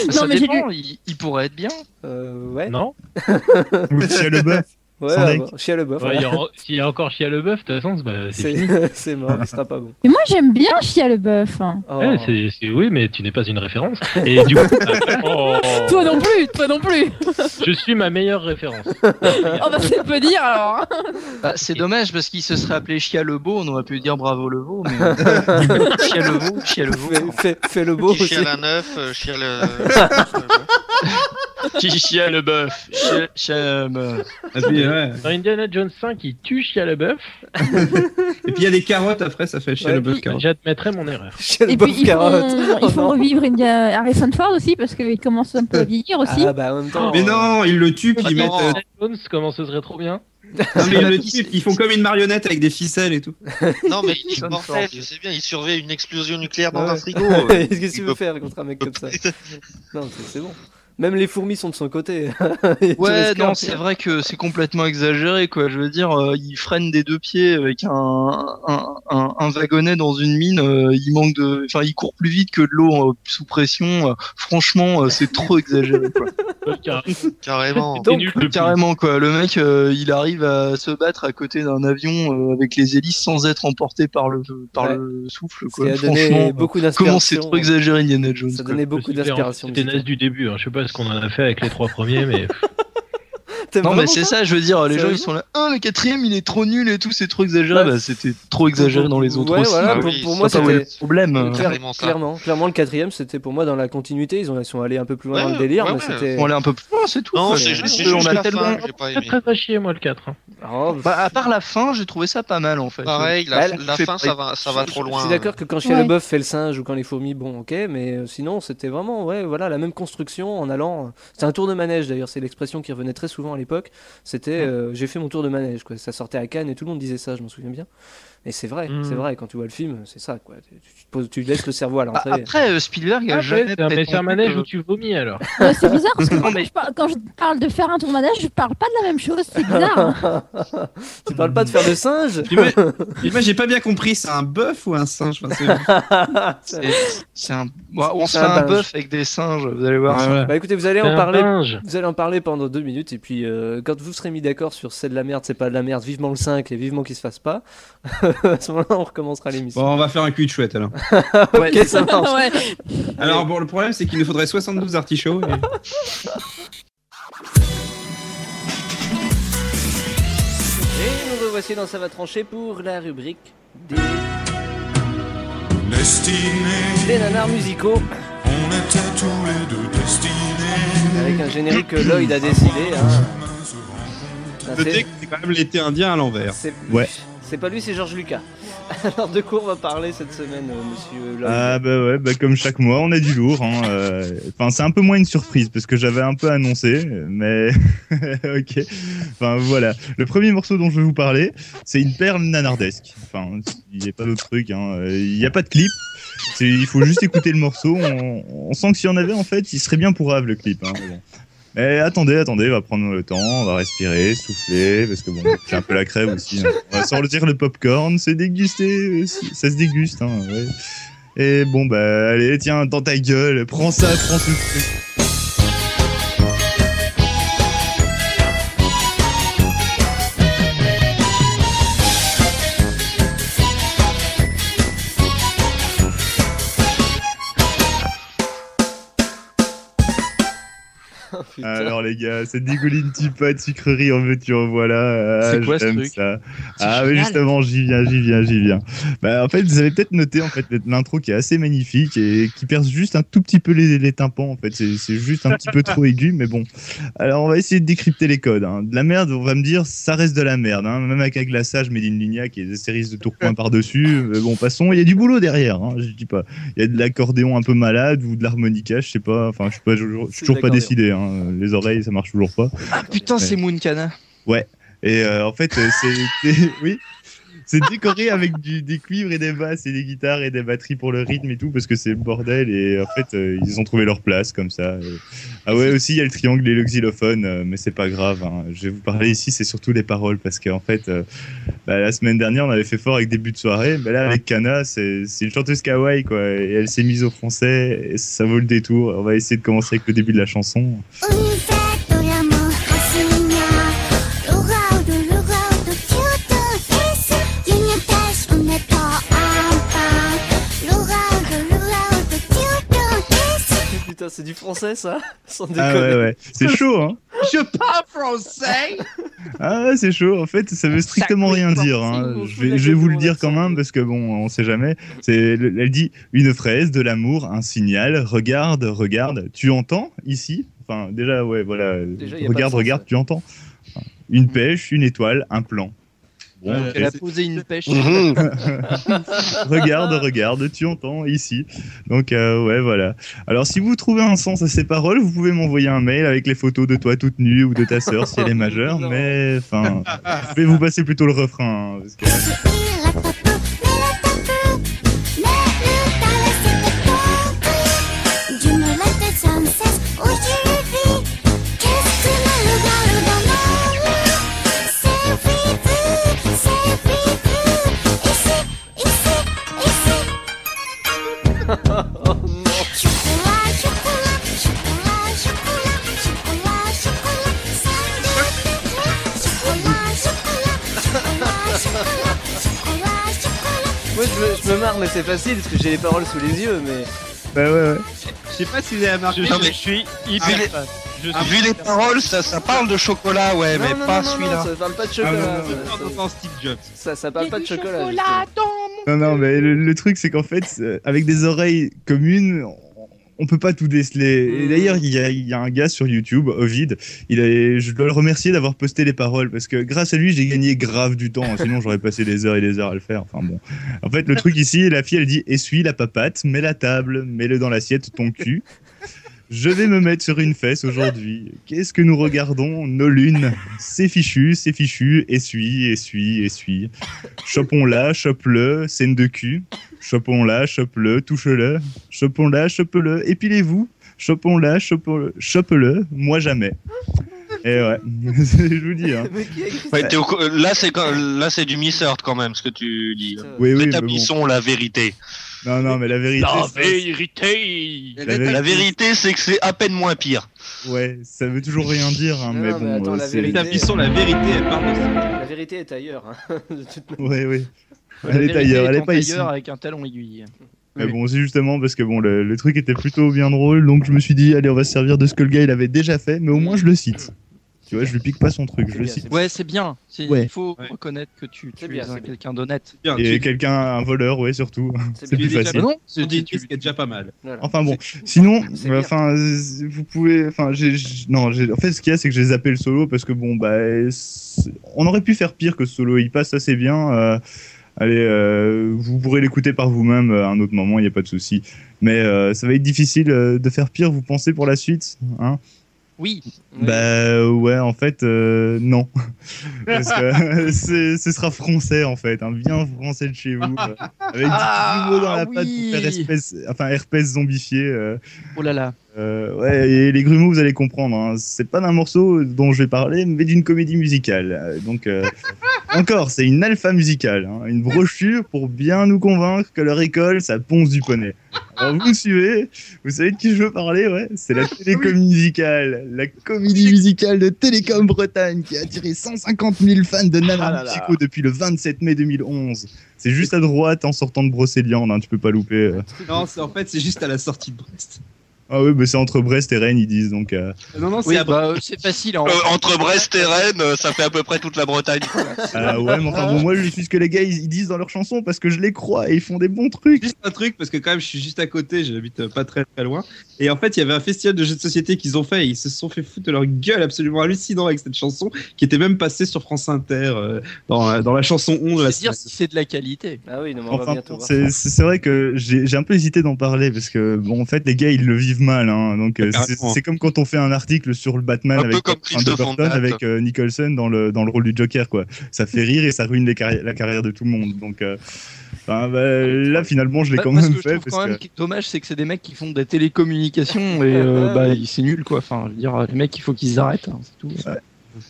Speaker 4: Ça
Speaker 10: mais j'ai
Speaker 4: dépend, il, il pourrait être bien.
Speaker 3: Euh, ouais.
Speaker 5: non
Speaker 6: Ou Shia LaBeouf.
Speaker 3: Ouais,
Speaker 5: Sans
Speaker 3: ah
Speaker 5: deck.
Speaker 3: bah, Shia LaBeouf,
Speaker 5: Ouais, il y
Speaker 3: voilà.
Speaker 5: aura- S'il y, a encore Chia Leboeuf, de toute façon, c'est- bah, c'est fini.
Speaker 3: C'est c'est mort, ce sera pas bon. Oh,
Speaker 10: Mais moi, j'aime bien Chia le bœuf. hein.
Speaker 5: Ouais, c'est- c'est- oui, mais tu n'es pas une référence. Et du coup, Oh.
Speaker 10: Toi non plus, toi non plus.
Speaker 5: je suis ma meilleure référence.
Speaker 10: oh bah c'est peu dire alors. hein.
Speaker 4: Bah, c'est dommage parce qu'il se serait appelé Chia le Beau, on aurait pu dire bravo le Beau, mais Chia le Beau, Chia le Beau.
Speaker 5: hein.
Speaker 3: Fais, le
Speaker 4: Beau
Speaker 8: Qui chiale
Speaker 4: aussi.
Speaker 8: un œuf, euh, chiale. euh,
Speaker 4: Qui Chia le Bœuf Chia, Chia le Bœuf.
Speaker 5: Dans Indiana Jones 5, il tue Chia Leboeuf.
Speaker 11: Et puis il y a des carottes après, ça fait chier
Speaker 5: Ouais,
Speaker 11: le bœuf carotte.
Speaker 5: J'admettrai mon erreur.
Speaker 10: Et puis ils font, ils font revivre India- Harrison Ford aussi parce qu'il commence un peu à vieillir aussi.
Speaker 4: Ah,
Speaker 3: bah en même
Speaker 10: temps,
Speaker 11: Mais non, ils le tuent puis ils mettent.
Speaker 5: Attends,
Speaker 11: euh,
Speaker 5: Indiana Jones, comment ce serait trop bien
Speaker 11: non, mais ils le tuent, puis ils font comme une marionnette avec des ficelles et tout.
Speaker 8: Non, mais il
Speaker 11: Harrison
Speaker 8: mortel,
Speaker 11: Ford.
Speaker 8: je sais bien, il surveille une explosion nucléaire dans
Speaker 3: Ouais.
Speaker 8: un frigo.
Speaker 3: Qu'est-ce que tu veux faire contre un mec comme ça Non, c'est c'est bon. Même les fourmis sont de son côté. Il
Speaker 4: Ouais,
Speaker 3: reste
Speaker 4: non,
Speaker 3: qu'un.
Speaker 4: c'est vrai que c'est complètement exagéré, quoi. Je veux dire, euh, il freine des deux pieds avec un, un, un- un wagonnet dans une mine. euh, il manque de, enfin, il court plus vite que de l'eau euh, sous pression. euh, franchement, euh, c'est trop exagéré, quoi.
Speaker 8: Carrément.
Speaker 4: Donc, carrément quoi, le mec euh, il arrive à se battre à côté d'un avion euh, avec les hélices sans être emporté par le par
Speaker 3: Ouais.
Speaker 4: le
Speaker 3: Ce
Speaker 4: souffle
Speaker 3: qui
Speaker 4: quoi.
Speaker 3: a donné
Speaker 4: Franchement, euh,
Speaker 3: beaucoup
Speaker 4: comment
Speaker 3: d'inspiration.
Speaker 4: c'est trop exagéré Indiana Jones.
Speaker 3: Ça
Speaker 4: quoi.
Speaker 3: donnait beaucoup d'inspiration.
Speaker 5: C'était naze du début. hein. Je sais pas ce qu'on en a fait avec les trois premiers, mais
Speaker 3: T'aimes
Speaker 4: Non mais
Speaker 3: vraiment
Speaker 4: c'est ça, je veux dire, les gens ils sont là, ah le quatrième il est trop nul et tout, c'est trop exagéré. Bah, c'était trop exagéré dans les autres
Speaker 3: Ouais,
Speaker 4: aussi. Ah
Speaker 3: voilà, pour, pour moi, c'était
Speaker 4: le problème.
Speaker 3: Claire- clairement, clairement, le quatrième, c'était pour moi dans la continuité. Ils, ont, ils sont allés un peu plus loin dans le délire, mais c'était.
Speaker 4: On allait un peu plus loin, c'est tout.
Speaker 8: Non,
Speaker 4: quoi.
Speaker 8: c'est juste- c'est
Speaker 4: On
Speaker 8: juste
Speaker 4: a
Speaker 8: la
Speaker 4: tellement-
Speaker 8: fin que j'ai pas aimé.
Speaker 5: très chier moi le 4.
Speaker 3: Oh,
Speaker 4: Bah, à part la fin, j'ai trouvé ça pas mal en fait.
Speaker 8: Pareil, la-
Speaker 4: Bah,
Speaker 8: la
Speaker 4: fait-
Speaker 8: fin, ça va- ça va trop
Speaker 3: Je
Speaker 8: loin.
Speaker 3: suis d'accord que quand Chia le bœuf fait le singe ou quand les fourmis, bon, ok, mais euh, sinon c'était vraiment, ouais, voilà, la même construction en allant. C'était un tour de manège d'ailleurs, c'est l'expression qui revenait très souvent à l'époque. C'était euh, j'ai fait mon tour de manège, quoi. Ça sortait à Cannes et tout le monde disait ça, je m'en souviens bien. Et c'est vrai,
Speaker 4: Mm.
Speaker 3: c'est vrai, quand tu vois le film, c'est ça, quoi. Tu, tu te poses- tu laisses le
Speaker 8: Ah,
Speaker 3: cerveau à
Speaker 4: Bah,
Speaker 3: l'entrée.
Speaker 4: après, euh, Spielberg a
Speaker 5: Ah,
Speaker 4: jamais.
Speaker 5: mais c'est un- mais c'est un manège où
Speaker 4: tu vomis alors.
Speaker 10: Ouais, c'est bizarre parce que quand, je parle, quand je parle de faire un tour manège, je parle pas de la même chose, c'est bizarre.
Speaker 3: tu parles pas de faire le singe
Speaker 11: Puis moi- puis moi, j'ai pas bien compris, c'est un bœuf ou un singe Enfin, c'est-
Speaker 4: C'est- C'est un. Bon, on se
Speaker 3: C'est
Speaker 4: fait
Speaker 3: un
Speaker 4: un
Speaker 3: dingue.
Speaker 4: bœuf avec des singes, vous allez voir.
Speaker 3: Bah écoutez, vous allez
Speaker 4: Ah, C'est
Speaker 3: en
Speaker 4: un
Speaker 3: parler.
Speaker 4: dingue.
Speaker 3: Vous allez en parler pendant deux minutes et puis euh, quand vous serez mis d'accord sur c'est de la merde, c'est pas de la merde, vivement le 5 et vivement qu'il se fasse pas. à ce moment-là, on recommencera l'émission.
Speaker 11: Bon, on va faire un cul de chouette alors.
Speaker 3: ok, ça marche.
Speaker 11: Alors, bon, le problème, c'est qu'il nous faudrait 72 artichauts. et-
Speaker 3: Et nous revoici dans Ça va trancher pour la rubrique des, des nanars musicaux.
Speaker 12: On était tous les deux destinés.
Speaker 3: Avec un générique que Lloyd a décidé. hein. Ah,
Speaker 11: Le
Speaker 3: c'est-
Speaker 11: deck, c'est quand même l'été indien à l'envers.
Speaker 3: C'est-
Speaker 6: Ouais.
Speaker 3: C'est pas lui, c'est Georges Lucas. Alors de quoi on va parler cette semaine, euh, monsieur Lloyd
Speaker 6: Ah bah ouais, bah comme chaque mois, on a du lourd. hein, euh, Enfin, c'est un peu moins une surprise parce que j'avais un peu annoncé, mais ok. Enfin voilà. Le premier morceau dont je vais vous parler, c'est une perle nanardesque. Enfin, il n'y a pas d'autre truc. hein, euh, Il n'y a pas de clip. C'est- Il faut juste écouter le morceau. On, on sent que s'il y en avait, en fait, il serait bien pour Rave le clip. Hein, mais bon. Mais attendez, attendez, on va prendre le temps, on va respirer, souffler, parce que bon, j'ai un peu la crève aussi. hein. On va sortir le popcorn, se déguster, aussi. ça se déguste. Hein, ouais. Et bon, bah allez, tiens, dans ta gueule, prends ça, prends ce truc.
Speaker 12: Oh,
Speaker 6: Alors les gars, cette dégouline typa de sucrerie en veux-tu en voilà. Ah,
Speaker 12: C'est quoi ce
Speaker 6: j'aime
Speaker 12: truc
Speaker 6: ça.
Speaker 12: C'est
Speaker 6: Ah oui
Speaker 12: génial.
Speaker 6: justement, j'y viens, j'y viens, j'y viens. Bah en fait, vous avez peut-être noté en fait l'intro qui est assez magnifique et qui perce juste un tout petit peu les, les tympans en fait. C'est c'est juste un petit peu trop aigu, mais bon. Alors on va essayer de décrypter les codes. hein. De la merde, on va me dire, ça reste de la merde. hein. Même avec un glaçage made in Lignac et des séries de tourcoing par-dessus. Mais Bon, passons. Il y a du boulot derrière. hein, Je dis pas. Il y a de l'accordéon un peu malade ou de l'harmonica, je sais pas. Enfin, je suis pas, je- je- je suis toujours pas
Speaker 4: l'accordéon.
Speaker 6: décidé. hein. Les oreilles, ça marche toujours pas.
Speaker 3: Ah,
Speaker 4: Putain, c'est
Speaker 6: Ouais.
Speaker 4: Mooncana.
Speaker 6: Ouais. Et euh, en fait, euh, c'est c'est- oui, c'est décoré avec du, des cuivres et des basses et des guitares et des batteries pour le rythme et tout parce que c'est le bordel et en fait euh, ils ont trouvé leur place comme ça. Et- Ah ouais aussi il y a le triangle et le xylophone euh, mais c'est pas grave. hein. Je vais vous parler ici c'est surtout les paroles parce qu'en fait euh, bah, la semaine dernière on avait fait fort avec début de soirée mais là avec Kana c'est c'est une chanteuse kawaii quoi et elle s'est mise au français et ça vaut le détour. On va essayer de commencer avec le début de la chanson.
Speaker 5: oh,
Speaker 12: Vous faites l'amour à Signa, Laura
Speaker 3: c'est du français ça Sans
Speaker 6: Ah
Speaker 3: déconner.
Speaker 6: ouais, ouais. C'est chaud, hein.
Speaker 11: Je parle français
Speaker 6: Ah ouais, c'est chaud. En fait, ça veut strictement rien dire. hein. Je vais, je vais vous le dire quand même parce que bon, on sait jamais. C'est, elle dit une fraise, de l'amour, un signal. Regarde, regarde. Tu entends ici Enfin, déjà, ouais, voilà.
Speaker 3: Déjà, y a pas de
Speaker 6: regarde,
Speaker 3: sens,
Speaker 6: regarde. Tu entends Enfin, Une pêche, une étoile, un plan. Bon,
Speaker 9: Euh,
Speaker 3: Ouais,
Speaker 6: ok,
Speaker 3: Elle a
Speaker 6: c'est-
Speaker 3: posé une pêche.
Speaker 6: regarde, regarde, tu entends ici. Donc euh, ouais, voilà. Alors si vous trouvez un sens à ces paroles, vous pouvez m'envoyer un mail avec les photos de toi toute nue ou de ta sœur si elle est majeure. mais enfin, je vais vous passer plutôt le refrain. hein, parce que-
Speaker 12: Du moment que ça me cesse, où je vis, qu'est-ce que le regard dans ma rue C'est vivre, c'est vivre, ici, ici, ici. oh non Chocolat, chocolat, chocolat, chocolat, chocolat, chocolat, sandwich, chocolat, chocolat, chocolat, chocolat, chocolat, chocolat.
Speaker 3: Moi je me, je me marre mais c'est facile parce que j'ai les paroles sous les yeux mais...
Speaker 6: Bah ouais, ouais.
Speaker 11: Je sais pas si vous avez remarqué.
Speaker 8: Non, mais-
Speaker 11: je suis
Speaker 8: Ah, vu les-
Speaker 11: fan. Je
Speaker 8: ah,
Speaker 11: suis
Speaker 8: vu les
Speaker 11: hyper
Speaker 8: paroles, ça, ça parle de chocolat, ouais, mais pas celui-là.
Speaker 3: ça parle pas de
Speaker 11: Ah, non, non,
Speaker 3: chocolat. ouais,
Speaker 11: non, non,
Speaker 3: ça-
Speaker 11: non, Steve Jobs.
Speaker 3: ça, ça parle pas de chocolat.
Speaker 6: Non, non, mais le, le truc c'est qu'en fait, euh, avec des oreilles communes. on- On peut pas tout déceler. Et d'ailleurs, il y, a- il y a un gars sur YouTube, Ovid. Il est, je dois le remercier d'avoir posté les paroles parce que grâce à lui, j'ai gagné grave du temps. hein, Sinon, j'aurais passé des heures et des heures à le faire. Enfin bon. En fait, le truc ici, la fille, elle dit essuie la papate, mets la table, mets-le dans l'assiette, ton cul. Je vais me mettre sur une fesse aujourd'hui. Qu'est-ce que nous regardons Nos lunes. C'est fichu, c'est fichu. Essuie, essuie, essuie. Chopons-la, chope-le. Scène de cul. Chopons-la, chope-le. Touche-le. Chopons-la, chope-le. Épilez-vous. Chopons-la, chope-le. chope-le. Moi jamais. Et ouais, je vous dis. Hein.
Speaker 8: Ouais, t'es au co- euh, là, c'est quand- là, c'est du missert quand même, ce que tu dis.
Speaker 3: Euh,
Speaker 6: Oui, oui, mais bon.
Speaker 8: Rétablissons la vérité.
Speaker 6: Non, non, mais la vérité. c'est-
Speaker 8: vérité.
Speaker 6: La vérité.
Speaker 8: La vérité, c'est que c'est à peine moins pire.
Speaker 6: Ouais, ça veut toujours rien dire, hein, mais bon. euh, c'est-
Speaker 11: Établissons la vérité, elle parle de ça.
Speaker 3: La vérité est ailleurs. hein, de toute manière.
Speaker 6: Ouais, ouais.
Speaker 3: La
Speaker 6: Elle est
Speaker 3: vérité
Speaker 6: ailleurs,
Speaker 3: est
Speaker 6: elle est
Speaker 3: en
Speaker 6: pas ici.
Speaker 3: tailleur
Speaker 4: avec un talon aiguille.
Speaker 6: Mais bon, c'est justement parce que bon, le, le truc était plutôt bien drôle, donc je me suis dit, allez, on va se servir de ce que le gars il avait déjà fait, mais au moins je le cite. Tu vois, je lui pique pas son truc, je le cite.
Speaker 4: Ouais, c'est bien. C'est-
Speaker 6: Ouais.
Speaker 4: Il faut reconnaître que tu, tu
Speaker 3: bien,
Speaker 4: es
Speaker 3: c'est
Speaker 4: un- quelqu'un d'honnête.
Speaker 6: Et quelqu'un, un voleur, ouais, surtout. C'est plus facile.
Speaker 4: Non,
Speaker 11: c'est dit, tu est déjà pas mal.
Speaker 6: Enfin bon, sinon, enfin, euh, vous pouvez, enfin, j'ai, j'- non, j'ai- en fait, ce qu'il y a, c'est que j'ai zappé le solo parce que bon, bah, c'est- on aurait pu faire pire que ce solo. Il passe assez bien. euh, allez, euh, vous pourrez l'écouter par vous-même euh, à un autre moment, il n'y a pas de souci. Mais euh, ça va être difficile euh, de faire pire. Vous pensez pour la suite, hein
Speaker 4: Oui.
Speaker 6: Bah ouais, en fait, euh, non. Parce que c'est- ce sera français en fait, hein, bien français de chez vous, euh, avec du gros mot dans la patte pour faire espèce, enfin herpès zombifié. euh.
Speaker 4: Oh là là.
Speaker 6: Euh, ouais, et les grumeaux, vous allez comprendre. hein. C'est pas d'un morceau dont je vais parler, mais d'une comédie musicale. Euh, Donc, euh, encore, c'est une alpha musicale, hein, une brochure pour bien nous convaincre que leur école, ça ponce du poney. Alors, vous me suivez Vous savez de qui je veux parler Ouais, c'est la télécom musicale, la comédie musicale de Télécom Bretagne qui a attiré 150 000 fans de
Speaker 11: Ah
Speaker 6: Nanar
Speaker 11: là là.
Speaker 6: Musicaux depuis le 27 mai 2011. C'est juste à droite en sortant de Brocéliande, hein, tu peux pas louper. euh.
Speaker 11: Non, c'est- en fait, c'est juste à la sortie de Brest.
Speaker 6: Ah oui, bah c'est entre Brest et Rennes, ils disent donc. euh,
Speaker 11: Non, non, c'est
Speaker 4: Oui,
Speaker 11: à
Speaker 4: bah, euh, c'est facile. hein.
Speaker 8: Euh, entre Brest et Rennes, euh, ça fait à peu près toute la Bretagne.
Speaker 6: Ah ouais, mais enfin, bon, moi je suis ce que les gars ils ils disent dans leurs chansons parce que je les crois et ils font des bons trucs.
Speaker 11: juste un truc parce que quand même je suis juste à côté, j'habite euh, pas très très loin. Et en fait, il y avait un festival de jeux de société qu'ils ont fait et ils se sont fait foutre de leur gueule absolument hallucinant avec cette chanson qui était même passée sur France Inter euh, dans, euh, dans la chanson 11 de la
Speaker 4: dire si c'est de la qualité.
Speaker 3: Ah oui, non, mais on va
Speaker 6: Enfin,
Speaker 4: hein.
Speaker 3: bientôt voir.
Speaker 6: c'est c'est vrai que j'ai j'ai un peu hésité d'en parler parce que, bon, en fait, les gars ils le vivent mal. Hein, donc, euh, c'est
Speaker 11: Carrément.
Speaker 6: c'est comme quand on fait un article sur le Batman
Speaker 11: Un peu
Speaker 6: avec,
Speaker 11: comme
Speaker 6: enfin,
Speaker 11: Christophe
Speaker 6: de Burton
Speaker 11: Andate.
Speaker 6: avec euh, Nicholson dans le, dans le rôle du Joker, quoi. Ça fait rire et ça ruine les carri- la carrière de tout le monde. Donc, euh, enfin, bah, là finalement, je l'ai
Speaker 4: Bah,
Speaker 6: quand
Speaker 4: moi, ce
Speaker 6: même
Speaker 4: que
Speaker 6: fait
Speaker 4: Je trouve
Speaker 6: parce
Speaker 4: quand
Speaker 6: que.
Speaker 4: même qui est dommage, c'est que c'est des mecs qui font des télécommunications et euh, bah, ils- c'est nul quoi. Enfin, je veux dire, les mecs, il faut qu'ils arrêtent. hein, c'est tout.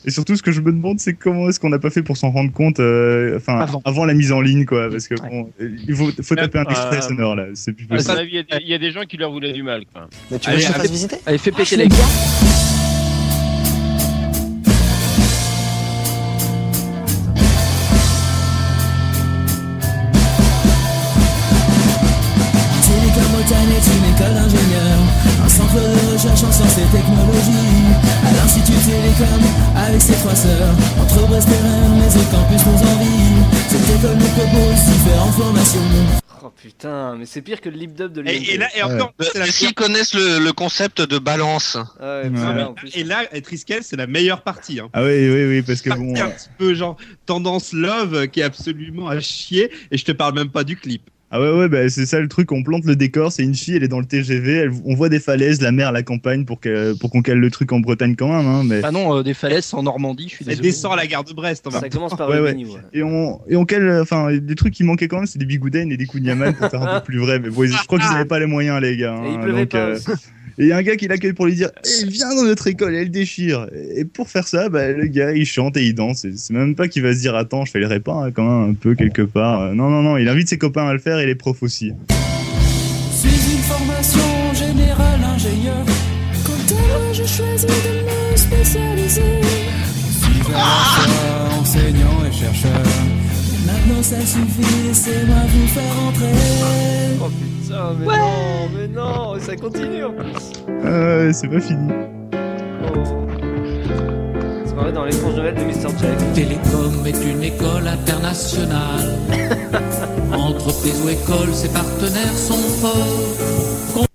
Speaker 6: Et surtout, ce que je me demande, c'est comment est-ce qu'on n'a pas fait pour s'en rendre compte, euh, enfin, avant. la mise en ligne, quoi, parce que bon, il faut, faut taper un extrait
Speaker 9: Euh,
Speaker 6: sonore là, c'est plus
Speaker 9: À mon
Speaker 6: possible.
Speaker 9: avis, il y a des- il y, a des gens qui leur voulaient du mal. Quoi.
Speaker 4: Allez, allez, Allez,
Speaker 11: Ah,
Speaker 4: fais Ah, péter les
Speaker 12: Télécom
Speaker 13: Bretagne est une école d'ingénieurs, un centre de recherche en sciences et technologies. À l'Institut Télécom, avec ses trois sœurs, entre Brest et Rennes, les autres campus nous envient. Cette école nous propose différentes formations.
Speaker 3: Oh putain, mais c'est pire que le lip dub de
Speaker 8: Et,
Speaker 3: l'INT.
Speaker 8: et là, et encore, c'est la- s'ils connaissent le, le concept de balance.
Speaker 3: Ah Ouais,
Speaker 11: Et là, et Triskel, c'est la meilleure partie. hein.
Speaker 6: Ah oui, oui, oui, parce que bon.
Speaker 11: C'est un petit peu genre tendance love euh, qui est absolument à chier. Et je te parle même pas du clip.
Speaker 6: Ah ouais, ouais, bah, c'est ça le truc, on plante le décor, c'est une fille, elle est dans le TGV, elle- on voit des falaises, la mer, la campagne, pour que- pour qu'on cale le truc en Bretagne quand même, hein, mais...
Speaker 4: Ah non, euh, des falaises en Normandie, je suis
Speaker 11: Elle
Speaker 4: désolé.
Speaker 11: descend à la gare de Brest.
Speaker 4: Ça commence par
Speaker 6: Ouais,
Speaker 4: le
Speaker 6: ouais.
Speaker 4: menu, ouais.
Speaker 6: Et on, et on cale, euh, enfin, des trucs qui manquaient quand même, c'est des bigoudaines et des Kounyaman pour faire un peu plus vrai, mais bon, ils- je crois qu'ils n'avaient pas les moyens, les gars.
Speaker 12: Et il
Speaker 6: hein,
Speaker 12: pleuvait
Speaker 6: donc,
Speaker 12: pas
Speaker 6: euh,
Speaker 12: aussi.
Speaker 6: Et il y a un gars qui l'accueille pour lui dire
Speaker 11: Euh,
Speaker 6: Eh, Viens dans notre école, elle déchire. Et pour faire ça, bah, le gars il chante et il danse. Et C'est même pas qu'il va se dire Attends, je fais pas hein, quand même un peu quelque part. Euh, Non, non, non, il invite ses copains à le faire et les profs aussi.
Speaker 13: Suis une formation générale ingénieur.
Speaker 12: Quant à moi, je choisis de me spécialiser.
Speaker 13: Divers enseignants enseignant et chercheur. Maintenant ça suffit, c'est moi vous faire entrer.
Speaker 3: Oh putain, mais non, mais non, ça continue en plus.
Speaker 6: Euh, c'est pas fini.
Speaker 3: C'est marré dans l'étrange nouvelle de Mr. Jack.
Speaker 13: Télécom est une école internationale. Entreprises ou écoles, ses partenaires sont forts.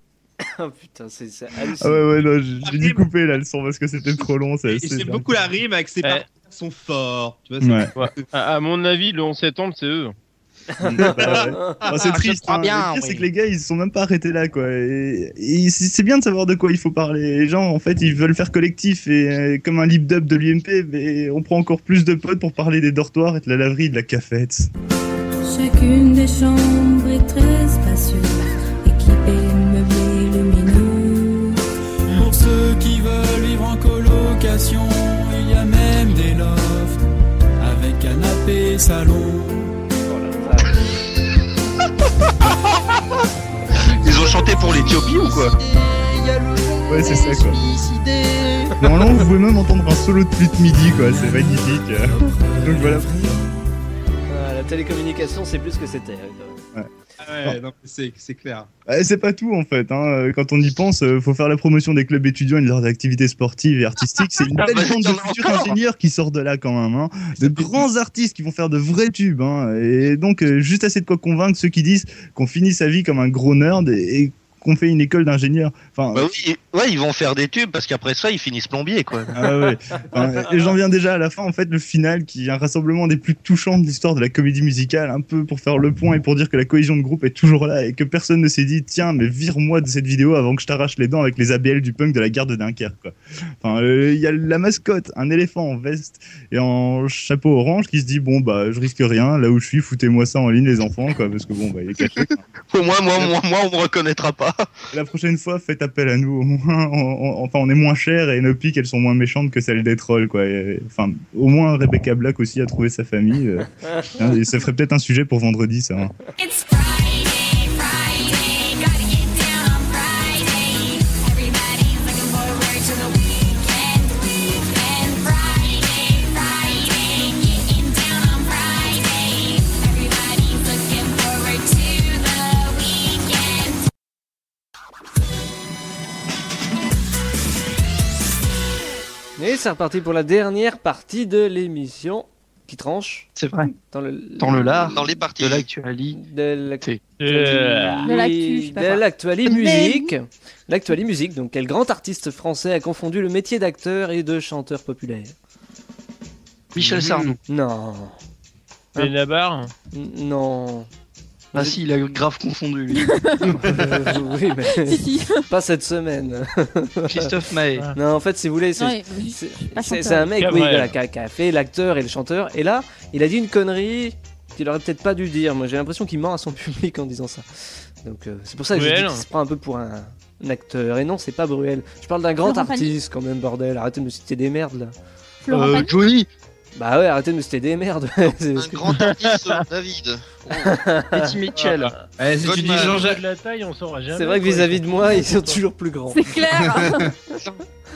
Speaker 3: Oh putain, c'est c'est
Speaker 6: Ah
Speaker 3: hallucinant.
Speaker 6: ouais, ouais, non, j'ai- j'ai dû couper là le son parce que c'était trop long. ça-
Speaker 11: Ah, Et
Speaker 6: c'est-
Speaker 11: j'aime beaucoup la rime avec ses parents qui sont forts. Tu vois, c'est-
Speaker 6: Ouais.
Speaker 9: Ouais. À, à mon avis, le 11 septembre, c'est eux.
Speaker 6: Enfin, Bah c'est triste. hein. Le pire, c'est que les gars, ils se sont même pas arrêtés là, quoi. Et, et c'est c'est bien de savoir de quoi il faut parler. Les gens, en fait, ils veulent faire collectif et euh, comme un lip dub de l'UMP, mais on prend encore plus de potes pour parler des dortoirs et de la laverie, et de la cafette.
Speaker 12: Chacune des chambres est très spacieuse, équipée, meublée, lumineuse.
Speaker 13: Pour ceux qui veulent vivre en colocation, il y a même des lofts avec canapé, salon.
Speaker 8: Ils ont chanté pour l'Éthiopie ou quoi
Speaker 6: Ouais, c'est ça, quoi. Normalement, vous pouvez même entendre un solo de flûte midi, quoi. C'est magnifique. Donc voilà.
Speaker 3: Ah, la télécommunication, c'est plus ce que c'était. euh, quand même.
Speaker 11: Ah ouais, non, mais c'est c'est clair.
Speaker 6: Eh, C'est pas tout en fait. hein. Euh, Quand on y pense, euh, faut faire la promotion des clubs étudiants et de leurs activités sportives et artistiques. C'est une
Speaker 11: Ah,
Speaker 6: belle
Speaker 11: bah,
Speaker 6: bande de
Speaker 11: j'en ai
Speaker 6: futurs
Speaker 11: encore.
Speaker 6: ingénieurs qui sort de là quand même. hein. De grands artistes qui vont faire de vrais tubes. hein. Et donc, euh, juste assez de quoi convaincre ceux qui disent qu'on finit sa vie comme un gros nerd et, et qu'on fait une école d'ingénieur. Enfin,
Speaker 8: Bah oui, ouais, ils vont faire des tubes parce qu'après ça, ils finissent plombier quoi.
Speaker 6: ah ouais. Enfin, et j'en viens déjà à la fin, en fait, le final, qui est un rassemblement des plus touchants de l'histoire de la comédie musicale, un peu pour faire le point et pour dire que la cohésion de groupe est toujours là et que personne ne s'est dit, tiens, mais vire-moi de cette vidéo avant que je t'arrache les dents avec les ABL du punk de la gare de Dunkerque, quoi. Enfin, euh, il y a la mascotte, un éléphant en veste et en chapeau orange qui se dit, bon, bah, je risque rien, là où je suis, foutez-moi ça en ligne, les enfants, quoi, parce que bon, bah, il est caché.
Speaker 8: Au moins, moi, moi, moi, on me reconnaîtra pas.
Speaker 6: La prochaine fois, faites appel à nous. Au moins, on, on- enfin, on est moins cher et nos piques, elles sont moins méchantes que celles des trolls, quoi. Et, enfin, au moins, Rebecca Black aussi a trouvé sa famille. euh. Hein, et ça ferait peut-être un sujet pour vendredi, ça. hein.
Speaker 12: It's Friday, Friday, gotta get down on Friday. Everybody's looking forward to the weekend, weekend. Friday, Friday, getting down on Friday. Everybody's looking forward to the weekend.
Speaker 3: Et c'est reparti pour la dernière partie de l'émission qui tranche.
Speaker 4: C'est vrai.
Speaker 3: Dans le,
Speaker 4: Dans le lard.
Speaker 8: Dans les parties.
Speaker 4: De l'actualité.
Speaker 3: De l'actu.
Speaker 4: Euh,
Speaker 3: De
Speaker 4: l'actu, je sais pas quoi.
Speaker 3: l'actuali
Speaker 4: De
Speaker 3: musique. L'actuali musique, donc quel grand artiste français a confondu le métier d'acteur et de chanteur populaire
Speaker 11: Mmh.
Speaker 4: Michel Sardou.
Speaker 3: Non.
Speaker 11: Hein.
Speaker 9: C'est la barre
Speaker 3: Non.
Speaker 4: Ah si, il a grave confondu lui.
Speaker 3: Euh, oui, mais pas cette semaine.
Speaker 4: Christophe Maé.
Speaker 11: Euh,
Speaker 3: Non, en fait, si vous voulez, c'est
Speaker 4: Non, il-
Speaker 3: c'est-
Speaker 4: pas
Speaker 3: c'est-
Speaker 4: chanteur.
Speaker 3: c'est un mec oui,
Speaker 4: Cabrel.
Speaker 3: voilà, qui, a, qui a fait l'acteur et le chanteur. Et là, il a dit une connerie qu'il aurait peut-être pas dû dire. Moi, j'ai l'impression qu'il ment à son public en disant ça. Donc, euh, c'est pour ça que je dis
Speaker 9: Bruel.
Speaker 3: qu'il se prend un peu pour un, un acteur. Et non, c'est pas Bruel. Je parle d'un grand
Speaker 9: Laurent Pagny.
Speaker 3: artiste quand même, bordel. Arrêtez de me citer des merdes là.
Speaker 8: Laurent Euh, Pagny.
Speaker 4: Johnny
Speaker 3: Bah ouais, arrêtez de me citer des merdes. un
Speaker 8: grand artiste, David.
Speaker 3: Ah.
Speaker 4: Petit Mitchell.
Speaker 9: Eh,
Speaker 3: si tu dis Jean-Jacques-
Speaker 5: de la taille, on saura jamais.
Speaker 3: C'est vrai que
Speaker 5: quoi.
Speaker 3: vis-à-vis de moi, ils sont toujours plus grands.
Speaker 5: C'est clair.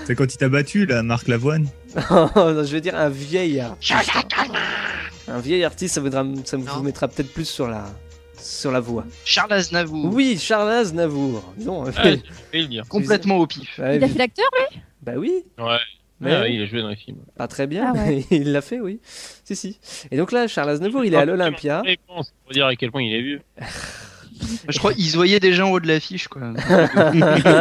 Speaker 6: C'est quand il t'a battu, là, Marc Lavoine.
Speaker 3: Non, je vais dire un vieil artiste. Un vieil artiste, ça, voudra- ça vous mettra peut-être plus sur la sur la voie.
Speaker 4: Charles Aznavour.
Speaker 3: Oui, Charles Aznavour. Non,
Speaker 9: Ah, je vais le dire.
Speaker 4: Complètement au pif.
Speaker 3: Ouais,
Speaker 10: Il a fait l'acteur, lui
Speaker 3: Bah oui.
Speaker 9: Ouais.
Speaker 3: Mais
Speaker 9: Ah
Speaker 3: oui.
Speaker 9: oui, il a joué dans les films.
Speaker 3: Pas très bien,
Speaker 10: Ah ouais.
Speaker 3: mais il l'a fait, oui. Si, si. Et donc là, Charles Aznavour,
Speaker 9: Ah,
Speaker 3: il est à l'Olympia.
Speaker 9: Réponse pour dire à quel point il est vieux.
Speaker 4: Je crois qu'ils se voyaient déjà en haut de l'affiche, quoi.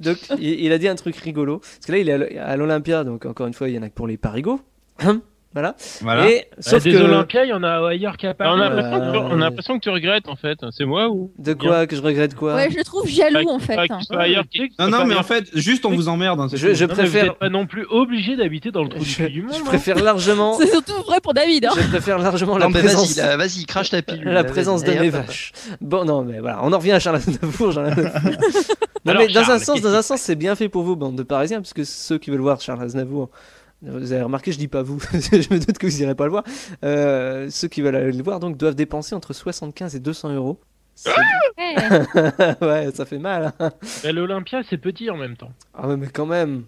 Speaker 3: donc, il, il a dit un truc rigolo. Parce que là, il est à l'O- à l'Olympia, donc encore une fois, il y en a que pour les parigots. Hein voilà.
Speaker 9: Voilà.
Speaker 3: Et,
Speaker 9: Bah,
Speaker 3: sauf
Speaker 9: des
Speaker 3: que...
Speaker 9: Olympiades,
Speaker 5: il y en a ailleurs qu'à
Speaker 9: Ah, on, a
Speaker 5: Paris.
Speaker 9: l'impression que tu- on a l'impression que tu regrettes en fait. C'est moi ou
Speaker 3: Euh, De quoi que je regrette quoi
Speaker 10: Ouais, je le trouve jaloux, en fait. hein.
Speaker 11: Non, non, mais en fait, juste on vous emmerde. hein, c'est
Speaker 3: Je-
Speaker 11: tout.
Speaker 3: je
Speaker 5: Non, mais vous
Speaker 3: préfère-
Speaker 5: êtes pas non plus obligé d'habiter dans le trou du cul du monde.
Speaker 3: Je
Speaker 5: hein.
Speaker 3: préfère largement,
Speaker 10: C'est surtout vrai pour David. Hein.
Speaker 3: je préfère largement la
Speaker 4: Non, mais
Speaker 3: présence.
Speaker 4: vas-y, là, vas-y, crache ta pilule.
Speaker 3: la présence de
Speaker 4: vas-y,
Speaker 3: mes
Speaker 4: allez, hop, hop.
Speaker 3: vaches. Bon, non, mais voilà, on en revient à Charles Aznavour. j'en ai- non,
Speaker 9: Alors,
Speaker 3: mais dans un
Speaker 9: Charles,
Speaker 3: sens, dans un sens, c'est bien fait pour vous, bande de Parisiens, parce que ceux qui veulent voir Charles Aznavour, vous avez remarqué, je dis pas vous, je me doute que vous irez pas le voir. Euh, ceux qui veulent aller le voir, donc, doivent dépenser entre 75 et 200 euros. C'est-
Speaker 10: Ah Ouais.
Speaker 3: ouais, ça fait mal. hein.
Speaker 5: Mais Bah, L'Olympia, c'est petit en même temps.
Speaker 3: Ah ouais, mais quand même.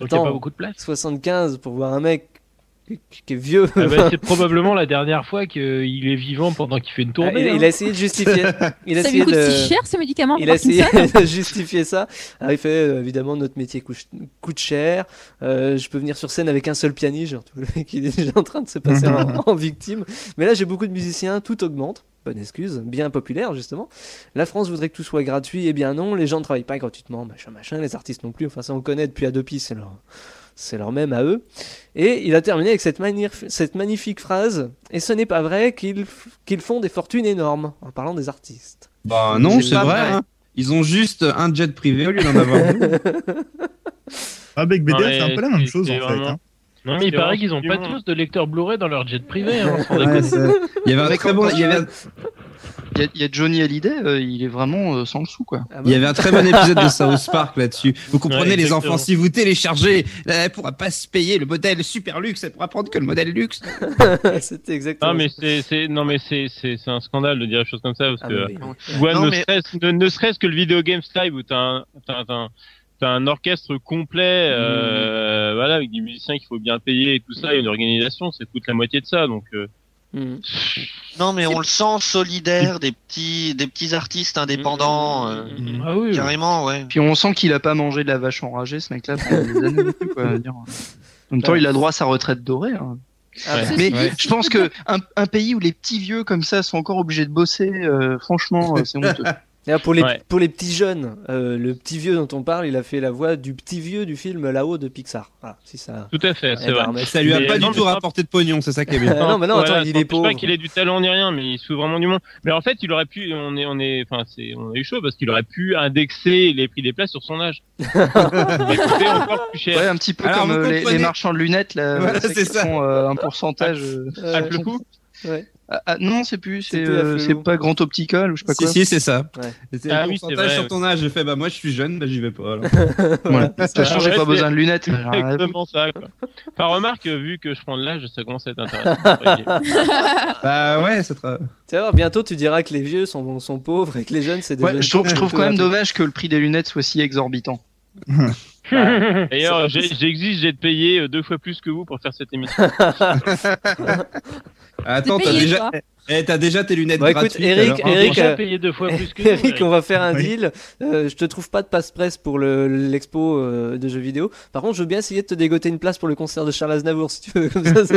Speaker 5: Donc, il y a
Speaker 3: Attends,
Speaker 5: pas beaucoup de place.
Speaker 3: 75 pour voir un mec qui, qui est vieux.
Speaker 5: Ah bah, c'est probablement la dernière fois qu'il est vivant pendant qu'il fait une
Speaker 3: Ah,
Speaker 5: tournée.
Speaker 3: il,
Speaker 5: hein.
Speaker 3: il a essayé de justifier. Il a
Speaker 10: Ça
Speaker 3: essayé
Speaker 10: lui coûte
Speaker 3: de...
Speaker 10: si cher, ce médicament.
Speaker 3: Il
Speaker 10: pour
Speaker 3: a essayé
Speaker 10: Parkinson
Speaker 3: de justifier ça. Alors, il fait euh, évidemment notre métier couche- coûte cher. Euh, je peux venir sur scène avec un seul pianiste, genre tout le mec il est déjà en train de se passer en, en victime. Mais là j'ai beaucoup de musiciens, tout augmente. Bonne excuse, bien populaire justement. La France voudrait que tout soit gratuit, et bien non, les gens ne travaillent pas gratuitement, machin, machin, les artistes non plus. Enfin ça on connaît depuis Adopi, c'est leur, c'est leur même à eux. Et il a terminé avec cette, manif- cette magnifique phrase. Et ce n'est pas vrai qu'ils f- qu'ils font des fortunes énormes en parlant des artistes.
Speaker 11: Bah non,
Speaker 3: C'est
Speaker 11: c'est
Speaker 3: pas
Speaker 11: vrai.
Speaker 3: vrai.
Speaker 11: hein. Ils ont juste un jet privé au lieu d'en avoir deux.
Speaker 6: Avec BDF,
Speaker 9: Non,
Speaker 6: Ah, c'est un peu la
Speaker 9: mais
Speaker 6: même chose en
Speaker 9: c'est
Speaker 6: fait.
Speaker 9: vraiment-
Speaker 6: hein.
Speaker 5: Non, mais il
Speaker 9: c'est
Speaker 5: paraît
Speaker 9: vraiment
Speaker 5: qu'ils ont
Speaker 9: du
Speaker 5: pas
Speaker 9: monde.
Speaker 5: tous de lecteur Blu-ray dans leur jet privé. Hein, sans
Speaker 11: Ouais,
Speaker 5: déconner.
Speaker 11: c'est- il y avait un très bon, il y avait un-
Speaker 4: Ah Il y a- il y, a Johnny Hallyday, euh, il est vraiment euh, sans le sou, quoi.
Speaker 3: Ah
Speaker 11: il y avait un très bon épisode de South Park là-dessus. Vous comprenez
Speaker 9: Ouais,
Speaker 11: les
Speaker 9: exactement.
Speaker 11: enfants, si vous téléchargez, là, elle pourra pas se payer le modèle super luxe, elle pourra prendre que le modèle luxe.
Speaker 3: bah, C'était exactement.
Speaker 9: Non mais
Speaker 3: ça.
Speaker 9: c'est c'est- non mais c'est c'est c'est un scandale de dire des choses comme ça parce
Speaker 3: Ah,
Speaker 9: que
Speaker 3: mais oui.
Speaker 9: Ouais,
Speaker 4: Non,
Speaker 9: ne,
Speaker 4: mais-
Speaker 9: serait-ce, ne, ne serait-ce que le Video Games Live où t'as un, t'as, t'as- t'as un orchestre complet,
Speaker 11: Mmh.
Speaker 9: euh, voilà, avec des musiciens qu'il faut bien payer et tout ça, et une organisation, ça coûte la moitié de ça, donc euh,
Speaker 3: Mm.
Speaker 8: Non, mais on le sent solidaire des petits, des petits
Speaker 3: Mm.
Speaker 8: artistes indépendants. euh,
Speaker 5: Ah oui, oui.
Speaker 8: Carrément, ouais.
Speaker 4: Puis on sent qu'il a pas mangé de la vache enragée, ce mec-là, pendant des années. non plus, quoi, je veux dire. En même temps, il a droit à sa retraite dorée. hein.
Speaker 3: Ah,
Speaker 9: Ouais.
Speaker 4: Mais
Speaker 10: Ouais.
Speaker 4: je pense que un, un pays où les petits vieux comme ça sont encore obligés de bosser, euh, franchement, euh, c'est honteux.
Speaker 3: D'ailleurs, Ah, pour, les,
Speaker 9: Ouais.
Speaker 3: pour les petits jeunes, euh, le petit vieux dont on parle, il a fait la voix du petit vieux du film Là-haut de Pixar. Voilà, si ça.
Speaker 9: tout à fait, c'est
Speaker 3: Eh
Speaker 9: vrai.
Speaker 3: ben, mais-
Speaker 11: Ça Ah, bah, lui a
Speaker 9: Mais
Speaker 11: pas
Speaker 9: non,
Speaker 11: du
Speaker 9: mais
Speaker 11: tout
Speaker 9: ça-
Speaker 11: rapporté de pognon, c'est ça qui est bien.
Speaker 3: Ah non, mais non, attends, il est
Speaker 9: je pense
Speaker 3: pauvre.
Speaker 9: pas qu'il ait du talent ni rien, mais il s'ouvre vraiment du monde. Mais en fait, il aurait pu, on est, on est, enfin, c'est, on a eu chaud parce qu'il aurait pu indexer les prix des places sur son âge. Il aurait coûté encore plus cher.
Speaker 4: Ouais, un petit peu
Speaker 11: Alors,
Speaker 4: comme
Speaker 11: vous
Speaker 4: euh, les,
Speaker 11: comprenez-
Speaker 4: les marchands de lunettes, là,
Speaker 11: Voilà,
Speaker 4: tu sais,
Speaker 11: c'est
Speaker 4: qui
Speaker 11: ça. Ah,
Speaker 4: font euh, un pourcentage. euh,
Speaker 3: Euh,
Speaker 9: Le coup,
Speaker 3: ouais.
Speaker 4: ah, ah, non, c'est plus,
Speaker 3: C'est
Speaker 4: c'est
Speaker 3: plus la
Speaker 4: euh, c'est
Speaker 3: flelou.
Speaker 4: pas Grand Optical ou je sais pas
Speaker 11: Si,
Speaker 4: quoi.
Speaker 11: si, c'est ça.
Speaker 3: Ouais.
Speaker 11: C'est
Speaker 9: Ah
Speaker 11: le
Speaker 9: oui, c'est
Speaker 11: pourcentage
Speaker 9: vrai,
Speaker 11: sur
Speaker 9: oui.
Speaker 11: ton âge. Je fais, bah moi je suis jeune, bah j'y vais pas. alors.
Speaker 4: Voilà. De toute façon, j'ai
Speaker 9: Ouais,
Speaker 4: pas
Speaker 9: c'est-
Speaker 4: besoin de lunettes. mais j'en ai rien à foutre.
Speaker 9: Exactement ça. Quoi. Enfin, remarque, vu que je prends de l'âge, ça commence à être intéressant.
Speaker 11: bah ouais, ça tra-
Speaker 3: Tu vas voir, bientôt tu diras que les vieux sont, sont pauvres et que les jeunes, c'est des.
Speaker 4: Ouais,
Speaker 3: jeunes
Speaker 4: je trouve, je trouve quand même
Speaker 3: plutôt
Speaker 4: dommage que le prix des lunettes soit si exorbitant.
Speaker 9: D'ailleurs, j'ai- j'exige, j'ai de payer euh, deux fois plus que vous pour faire cette émission.
Speaker 11: Attends,
Speaker 10: C'est
Speaker 11: t'as
Speaker 10: payé,
Speaker 11: déjà...
Speaker 10: toi.
Speaker 11: eh, t'as déjà tes lunettes
Speaker 3: Bon, Bah, écoute,
Speaker 11: gratuites.
Speaker 3: Eric,
Speaker 4: hein,
Speaker 11: alors.
Speaker 5: On a
Speaker 3: Eric,
Speaker 5: déjà
Speaker 3: euh,
Speaker 5: payé deux fois plus que nous,
Speaker 3: Eric, on va faire un
Speaker 6: Oui.
Speaker 3: deal. Euh, je te trouve pas de passe-presse pour le- l'expo euh, de jeux vidéo. Par contre, je veux bien essayer de te dégoter une place pour le concert de Charles Aznavour si tu veux. Comme ça, ça-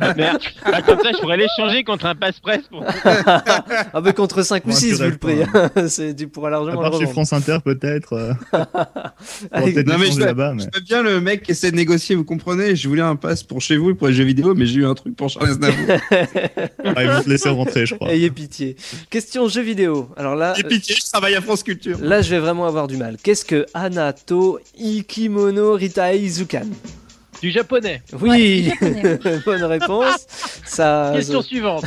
Speaker 9: Ah, merde. Ah, comme ça, je pourrais l'échanger contre un passe-presse. Pour...
Speaker 3: ah, mais contre 5 ou
Speaker 6: Ouais,
Speaker 3: 6
Speaker 6: tu
Speaker 3: vu le prix.
Speaker 6: rêves
Speaker 3: hein. C'est- tu pourras
Speaker 6: À
Speaker 3: largement le
Speaker 6: part chez
Speaker 3: revendre.
Speaker 6: France Inter, peut-être. euh, on va
Speaker 3: Allez,
Speaker 6: peut-être
Speaker 11: Non, mais
Speaker 6: l'échanger
Speaker 11: je-
Speaker 6: là-bas. mais-
Speaker 11: Je veux bien le mec qui essaie de négocier, vous comprenez Je voulais un pass pour chez vous pour les jeux vidéo, mais j'ai eu un truc pour Charles Aznavour.
Speaker 6: Ah, ils vont te laisser rentrer, je crois.
Speaker 3: Ayez pitié. Question jeux vidéo. Alors là,
Speaker 11: J'ai pitié, je travaille à France Culture.
Speaker 3: Là, je vais vraiment avoir du mal. Qu'est-ce que Hanato Ikimono Ritai Izukan
Speaker 5: Du japonais.
Speaker 3: Oui
Speaker 10: Ouais, japonais,
Speaker 3: Bonne réponse. Ça.
Speaker 5: Question suivante.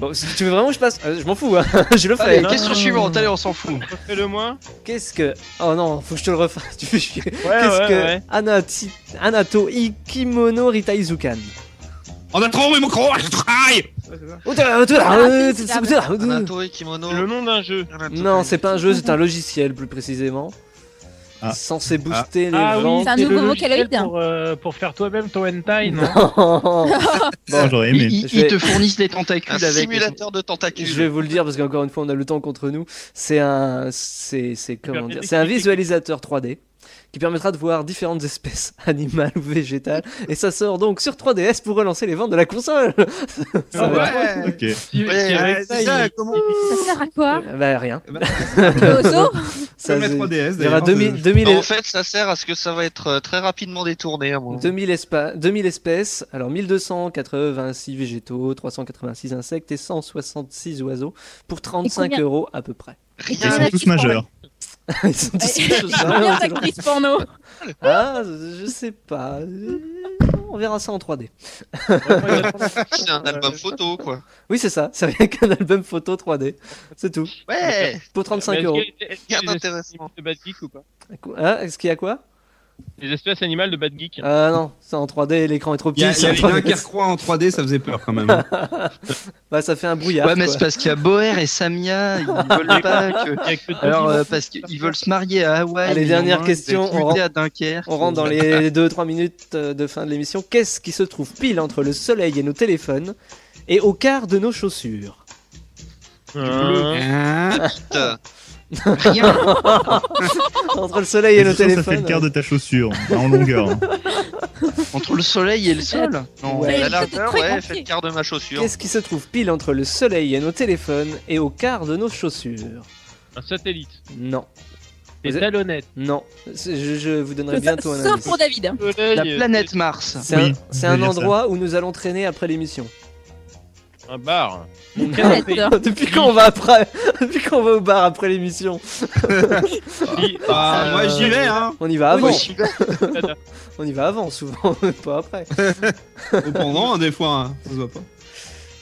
Speaker 3: Bon, si tu veux vraiment que je passe, euh, je m'en fous. hein. je le fais.
Speaker 4: Allez, question suivante, allez, on s'en fout.
Speaker 9: Fais-le moins.
Speaker 3: Qu'est-ce que Oh non, faut que je te le refasse. Tu fais chier.
Speaker 9: Ouais,
Speaker 3: Qu'est-ce
Speaker 9: ouais,
Speaker 3: que
Speaker 9: ouais.
Speaker 3: Hanati- Hanato Ikimono Ritai Izukan
Speaker 11: On a trop eu mon croc, je travaille
Speaker 8: Anato et Kimono.
Speaker 3: euh,
Speaker 9: Le nom d'un jeu.
Speaker 8: Anato-
Speaker 3: Non, c'est pas un jeu, c'est un logiciel plus précisément.
Speaker 11: Ah.
Speaker 3: Censé booster les
Speaker 5: Ah
Speaker 3: gens.
Speaker 5: oui,
Speaker 10: C'est un
Speaker 5: c'est le
Speaker 10: nouveau hein.
Speaker 5: logiciel
Speaker 10: vocaloïde.
Speaker 5: Pour, euh, pour faire toi-même ton hentai, non
Speaker 6: Bon, j'aurais aimé.
Speaker 4: Ils,
Speaker 3: Je vais-
Speaker 4: ils te fournissent les tentacules
Speaker 3: Un
Speaker 4: avec.
Speaker 3: simulateur
Speaker 4: de tentacules.
Speaker 3: Je vais vous le dire parce qu'encore une fois, on a le temps contre nous. C'est un, c'est, c'est comment dire, c'est un visualisateur 3D qui permettra de voir différentes espèces animales ou végétales. Et ça sort donc sur 3DS pour relancer les ventes de la console. Ça va être-
Speaker 6: Ok.
Speaker 3: Si- Ouais, si avec ouais, ça, c'est ça, il-
Speaker 8: comment
Speaker 10: Ça sert à quoi
Speaker 3: Bah rien.
Speaker 10: zoo
Speaker 3: Ça,
Speaker 8: Comme la
Speaker 3: c'est-
Speaker 8: 3DS,
Speaker 3: Il y aura
Speaker 8: d'ailleurs,
Speaker 3: 2000,
Speaker 8: je-
Speaker 3: 2000
Speaker 8: Bah, En fait, ça sert à ce que ça va être euh, très rapidement détourné, hein, à mon
Speaker 3: 2000, espa- 2000 espèces, alors 1286 végétaux, 386 insectes et 166 oiseaux pour 35
Speaker 10: combien-
Speaker 3: euros à peu près.
Speaker 10: Et
Speaker 8: Ah,
Speaker 10: combien Ils sont d'actrices tous porno majeurs.
Speaker 3: Ils sont tous
Speaker 10: Combien
Speaker 3: majeurs.
Speaker 10: d'actrices porno
Speaker 3: Ah, je je sais pas. Euh, On verra ça en 3D.
Speaker 8: C'est un album photo, quoi.
Speaker 3: Oui, c'est ça. C'est rien qu'un album photo 3D. C'est tout.
Speaker 8: Ouais
Speaker 3: Pour 35
Speaker 11: Bah,
Speaker 9: Mais
Speaker 3: euros.
Speaker 9: est-ce qu'il y a- est-ce qu'il y a des espèces de Bad Geek ou pas
Speaker 3: Hein, Est-ce qu'il y a quoi
Speaker 9: Les espèces animales de Bad Geek.
Speaker 3: Ah non, c'est en 3D, l'écran est trop
Speaker 11: Il
Speaker 3: petit.
Speaker 11: y, a- il y
Speaker 3: c'est en
Speaker 11: avait un
Speaker 3: 3D.
Speaker 11: Carcroix en 3D, ça faisait peur quand même.
Speaker 3: bah, ça fait un brouillard.
Speaker 4: Ouais, mais
Speaker 3: quoi.
Speaker 4: c'est parce qu'il y a Boer et Samia, ils veulent pas
Speaker 3: Il y a que deux
Speaker 4: que. Alors, euh,
Speaker 3: dimanches.
Speaker 4: parce qu'ils veulent se marier à Hawaï.
Speaker 3: Allez,
Speaker 4: mais
Speaker 3: dernière
Speaker 4: néanmoins,
Speaker 3: question,
Speaker 4: ils veulent
Speaker 3: on
Speaker 4: lutter
Speaker 3: rentre-
Speaker 4: à Dunkerque.
Speaker 3: On rentre dans les 2-3 minutes euh, de fin de l'émission. Qu'est-ce qui se trouve pile entre le soleil et nos téléphones et au quart de nos chaussures
Speaker 11: Hein?
Speaker 4: Rien.
Speaker 10: Oh.
Speaker 3: Entre le soleil et nos
Speaker 6: Ça,
Speaker 3: téléphones.
Speaker 6: ça fait le quart de ta chaussure hein, en longueur. hein.
Speaker 4: Entre le soleil et le sol
Speaker 3: Non,
Speaker 4: Ouais,
Speaker 8: la
Speaker 4: c'est
Speaker 8: largeur,
Speaker 4: très
Speaker 8: ouais,
Speaker 4: compliqué.
Speaker 8: fait le quart de ma chaussure.
Speaker 3: Qu'est-ce qui se trouve pile entre le soleil et nos téléphones et au quart de nos chaussures
Speaker 9: Un satellite.
Speaker 3: Non.
Speaker 9: Des
Speaker 3: Vous êtes-
Speaker 9: talonnettes.
Speaker 3: Non. C'est- Je, je vous donnerai
Speaker 10: Ça-
Speaker 3: bientôt un
Speaker 10: Sauf
Speaker 3: indice.
Speaker 10: pour David.
Speaker 4: La
Speaker 10: euh,
Speaker 4: planète Mars.
Speaker 3: C'est un, c'est un endroit où nous allons traîner après l'émission.
Speaker 9: Un bar.
Speaker 3: Depuis quand on va après Depuis quand on va au bar après l'émission
Speaker 11: Ah, moi j'y vais, hein
Speaker 3: On y va avant.
Speaker 11: Oui, j'y
Speaker 3: on y va avant souvent, pas après.
Speaker 11: Au pendant, hein, des fois, hein, ça se voit pas.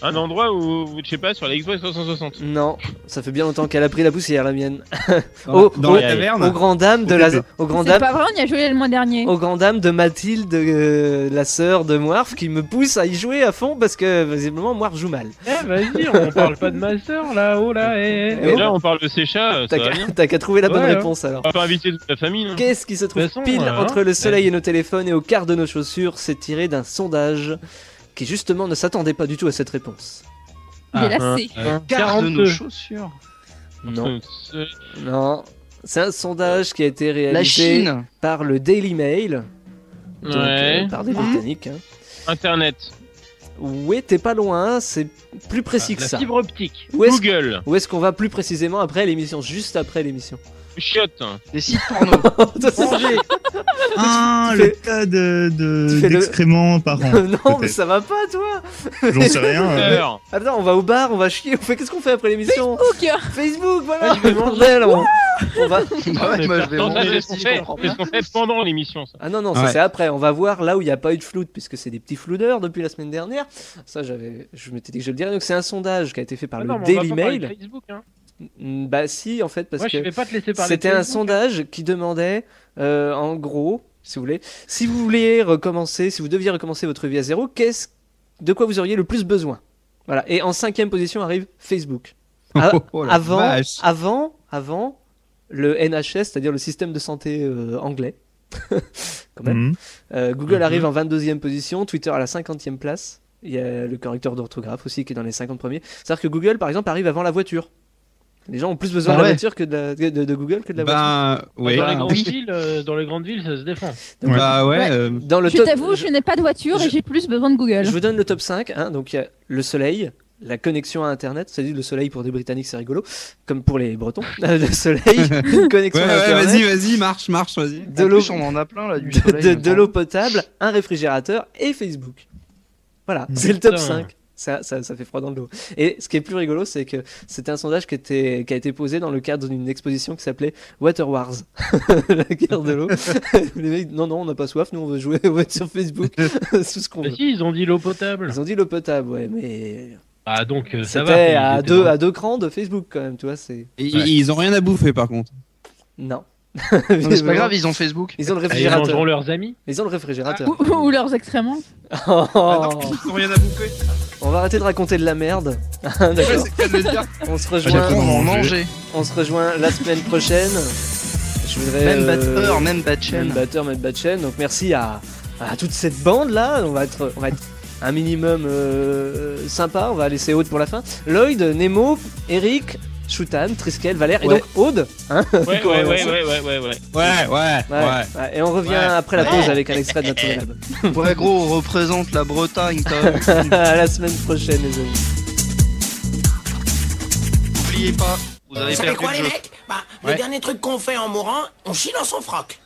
Speaker 9: Un endroit où, je sais pas, sur la Xbox 360.
Speaker 3: Non, ça fait bien longtemps qu'elle a pris la poussière la mienne.
Speaker 9: Dans la-
Speaker 3: Au-
Speaker 9: dans
Speaker 3: au-
Speaker 9: la
Speaker 4: Ah,
Speaker 9: taverne
Speaker 3: Aux grandes dames de
Speaker 9: Au
Speaker 3: la,
Speaker 9: pépé.
Speaker 3: aux grandes
Speaker 10: C'est
Speaker 3: dames,
Speaker 10: pas vrai, on y a joué le mois dernier.
Speaker 3: aux grandes dames de Mathilde, euh, la sœur de Moirf, qui me pousse à y jouer à fond parce que visiblement Moirf joue mal.
Speaker 5: Eh, vas-y, on parle pas de ma sœur là, oh là, eh, eh.
Speaker 9: Et là, on parle de euh, Sécha.
Speaker 3: T'as qu'à- t'as qu'à trouver la bonne réponse, alors.
Speaker 9: On va pas inviter toute la famille. non
Speaker 3: Qu'est-ce qui se trouve
Speaker 9: De toute façon,
Speaker 3: pile
Speaker 9: euh,
Speaker 3: entre le
Speaker 9: hein,
Speaker 3: soleil et nos téléphones et au quart de nos chaussures C'est tiré d'un sondage qui justement ne s'attendait pas du tout à cette réponse.
Speaker 10: Il est lassé.
Speaker 9: Ah,
Speaker 4: Un quart de nos chaussures.
Speaker 3: Non.
Speaker 9: Euh,
Speaker 3: Non. C'est un sondage qui a été réalisé
Speaker 4: Chine.
Speaker 3: par le Daily Mail. Donc,
Speaker 9: Ouais.
Speaker 3: euh, par des
Speaker 9: Mhm.
Speaker 3: Britanniques. hein.
Speaker 9: Internet.
Speaker 3: Oui, t'es pas loin, c'est plus précis que
Speaker 9: Ah, la
Speaker 3: ça.
Speaker 9: fibre optique.
Speaker 3: Où est-ce-
Speaker 9: Google.
Speaker 3: Où est-ce qu'on va plus précisément après l'émission Juste après l'émission.
Speaker 9: Chiotte.
Speaker 4: Les sites porno.
Speaker 3: Angers.
Speaker 6: Ah,
Speaker 3: Tu
Speaker 6: le
Speaker 3: fais-
Speaker 6: tas de-
Speaker 3: tu
Speaker 6: de-
Speaker 3: fais le-
Speaker 6: d'excréments par an.
Speaker 3: non, mais
Speaker 6: peut-être.
Speaker 3: ça va pas, toi
Speaker 6: J'en sais rien, hein.
Speaker 3: Attends, on va au bar, on va chier, on fait qu'est-ce qu'on fait après l'émission
Speaker 9: hein.
Speaker 10: Facebook
Speaker 3: Facebook, voilà
Speaker 9: je vais manger.
Speaker 3: Bordel, on... on va...
Speaker 9: Ah, mais personne
Speaker 4: manger
Speaker 9: sait ce qu'on
Speaker 4: aussi, je
Speaker 9: fait.
Speaker 4: comprends
Speaker 9: C'est ce qu'on fait pendant l'émission, ça.
Speaker 3: Ah non, non, ça
Speaker 9: Ouais.
Speaker 3: c'est après, on va voir là où il n'y a pas eu de floute, puisque c'est des petits floudeurs depuis la semaine dernière. Ça, j'avais, je m'étais dit que je le dirais. Donc c'est un sondage qui a été fait par
Speaker 9: Ah
Speaker 3: le
Speaker 9: non, mais on va
Speaker 3: Daily
Speaker 9: pas parler de
Speaker 3: Mail.
Speaker 9: Facebook, hein.
Speaker 3: Mm, Bah si, en fait, parce
Speaker 9: Moi, je
Speaker 3: que
Speaker 9: vais pas te laisser parler de
Speaker 3: c'était un
Speaker 9: Facebook, hein.
Speaker 3: sondage qui demandait, euh, en gros, si vous voulez, si vous voulez recommencer, si vous deviez recommencer votre vie à zéro, qu'est-ce, de quoi vous auriez le plus besoin Voilà. Et en cinquième position arrive Facebook. A-
Speaker 11: Oh la
Speaker 3: ah, avant, ah,
Speaker 11: vache.
Speaker 3: avant, avant le NHS, c'est-à-dire le système de santé euh, anglais. Quand même.
Speaker 6: Mhm.
Speaker 3: Euh, Google arrive
Speaker 6: Mhm.
Speaker 3: en 22e position, Twitter à la 50e place. Il y a le correcteur d'orthographe aussi qui est dans les 50 premiers. C'est-à-dire que Google, par exemple, arrive avant la voiture. Les gens ont plus besoin
Speaker 11: Ah
Speaker 3: de la
Speaker 11: ouais.
Speaker 3: voiture que de, la- de- de Google que de la
Speaker 11: Bah, ouais.
Speaker 5: Dans, les grandes
Speaker 11: Oui.
Speaker 5: villes, euh, dans les grandes villes, ça se défend.
Speaker 3: voiture.
Speaker 11: Bah ouais, euh,
Speaker 3: Dans le
Speaker 10: Je
Speaker 3: top-
Speaker 10: t'avoue, je n'ai pas de voiture et j'ai plus besoin de Google.
Speaker 3: Je vous donne le top 5. hein. donc il y a le soleil, la connexion à Internet. C'est dit le soleil pour des Britanniques, c'est rigolo. Comme pour les Bretons. le soleil, une connexion
Speaker 11: ouais,
Speaker 3: à
Speaker 11: ouais,
Speaker 3: Internet.
Speaker 11: vas-y, vas-y, marche, marche, vas-y.
Speaker 3: de
Speaker 4: En
Speaker 3: l'eau
Speaker 4: plus, on en a plein là du
Speaker 3: de-
Speaker 4: soleil.
Speaker 3: de, de
Speaker 4: maintenant.
Speaker 3: l'eau potable, un réfrigérateur et Facebook. Voilà, c'est le top
Speaker 4: Putain.
Speaker 3: 5. Ça, ça, ça fait froid dans le dos. Et ce qui est plus rigolo, c'est que c'était un sondage qui, était, qui a été posé dans le cadre d'une exposition qui s'appelait Water Wars, la guerre de l'eau. Les mecs, non, non, on n'a pas soif, nous on veut jouer on va être sur Facebook, c'est tout ce qu'on
Speaker 5: Mais
Speaker 3: veut.
Speaker 5: si, ils ont dit l'eau potable.
Speaker 3: Ils ont dit l'eau potable, ouais, mais
Speaker 5: Ah, donc euh, ça va.
Speaker 3: c'était
Speaker 5: ils
Speaker 3: à
Speaker 5: étaient
Speaker 3: deux,
Speaker 5: dans-
Speaker 3: à deux crans de Facebook quand même, tu vois, c'est...
Speaker 11: Et- Ils ont rien à bouffer par contre.
Speaker 3: Non.
Speaker 4: Non, mais c'est pas grave, ils ont Facebook.
Speaker 3: Ils ont le
Speaker 4: Ah, ils
Speaker 3: réfrigérateur.
Speaker 4: mangeront
Speaker 5: leurs amis.
Speaker 3: Ils ont le réfrigérateur.
Speaker 10: Ou, ou leurs excréments.
Speaker 11: Ah,
Speaker 3: Oh. On va arrêter de raconter de la merde. Ah, D'accord.
Speaker 11: c'est le cas de le dire.
Speaker 3: On se rejoint.
Speaker 11: J'attends d'en manger.
Speaker 3: On se rejoint la semaine prochaine. Je voudrais,
Speaker 8: Même
Speaker 3: euh,
Speaker 8: batteur, même batchain.
Speaker 3: Même batteur, même batchain. Donc merci à, à toute cette bande là. On va être, on va être un minimum euh, sympa. On va laisser Aude pour la fin. Lloyd, Nemo, Eric. Shutan, Triskel, Valère et
Speaker 9: Ouais.
Speaker 3: donc Aude. hein,
Speaker 9: Ouais,
Speaker 3: qu'on
Speaker 9: ouais, ouais,
Speaker 3: remercie.
Speaker 9: ouais, ouais, ouais, ouais.
Speaker 8: Ouais, ouais,
Speaker 3: ouais. Et on revient après la pause avec un extrait de notre nouvel album.
Speaker 8: Ouais, gros, on représente la Bretagne, t'as-
Speaker 3: à la semaine prochaine, les amis.
Speaker 8: N'oubliez pas, vous
Speaker 5: Vous
Speaker 8: avez
Speaker 5: savez
Speaker 8: perdu
Speaker 5: quoi,
Speaker 8: le
Speaker 5: les
Speaker 8: jeu.
Speaker 5: mecs Bah,
Speaker 8: Ouais.
Speaker 5: Le dernier truc qu'on fait en mourant, on chie dans son froc.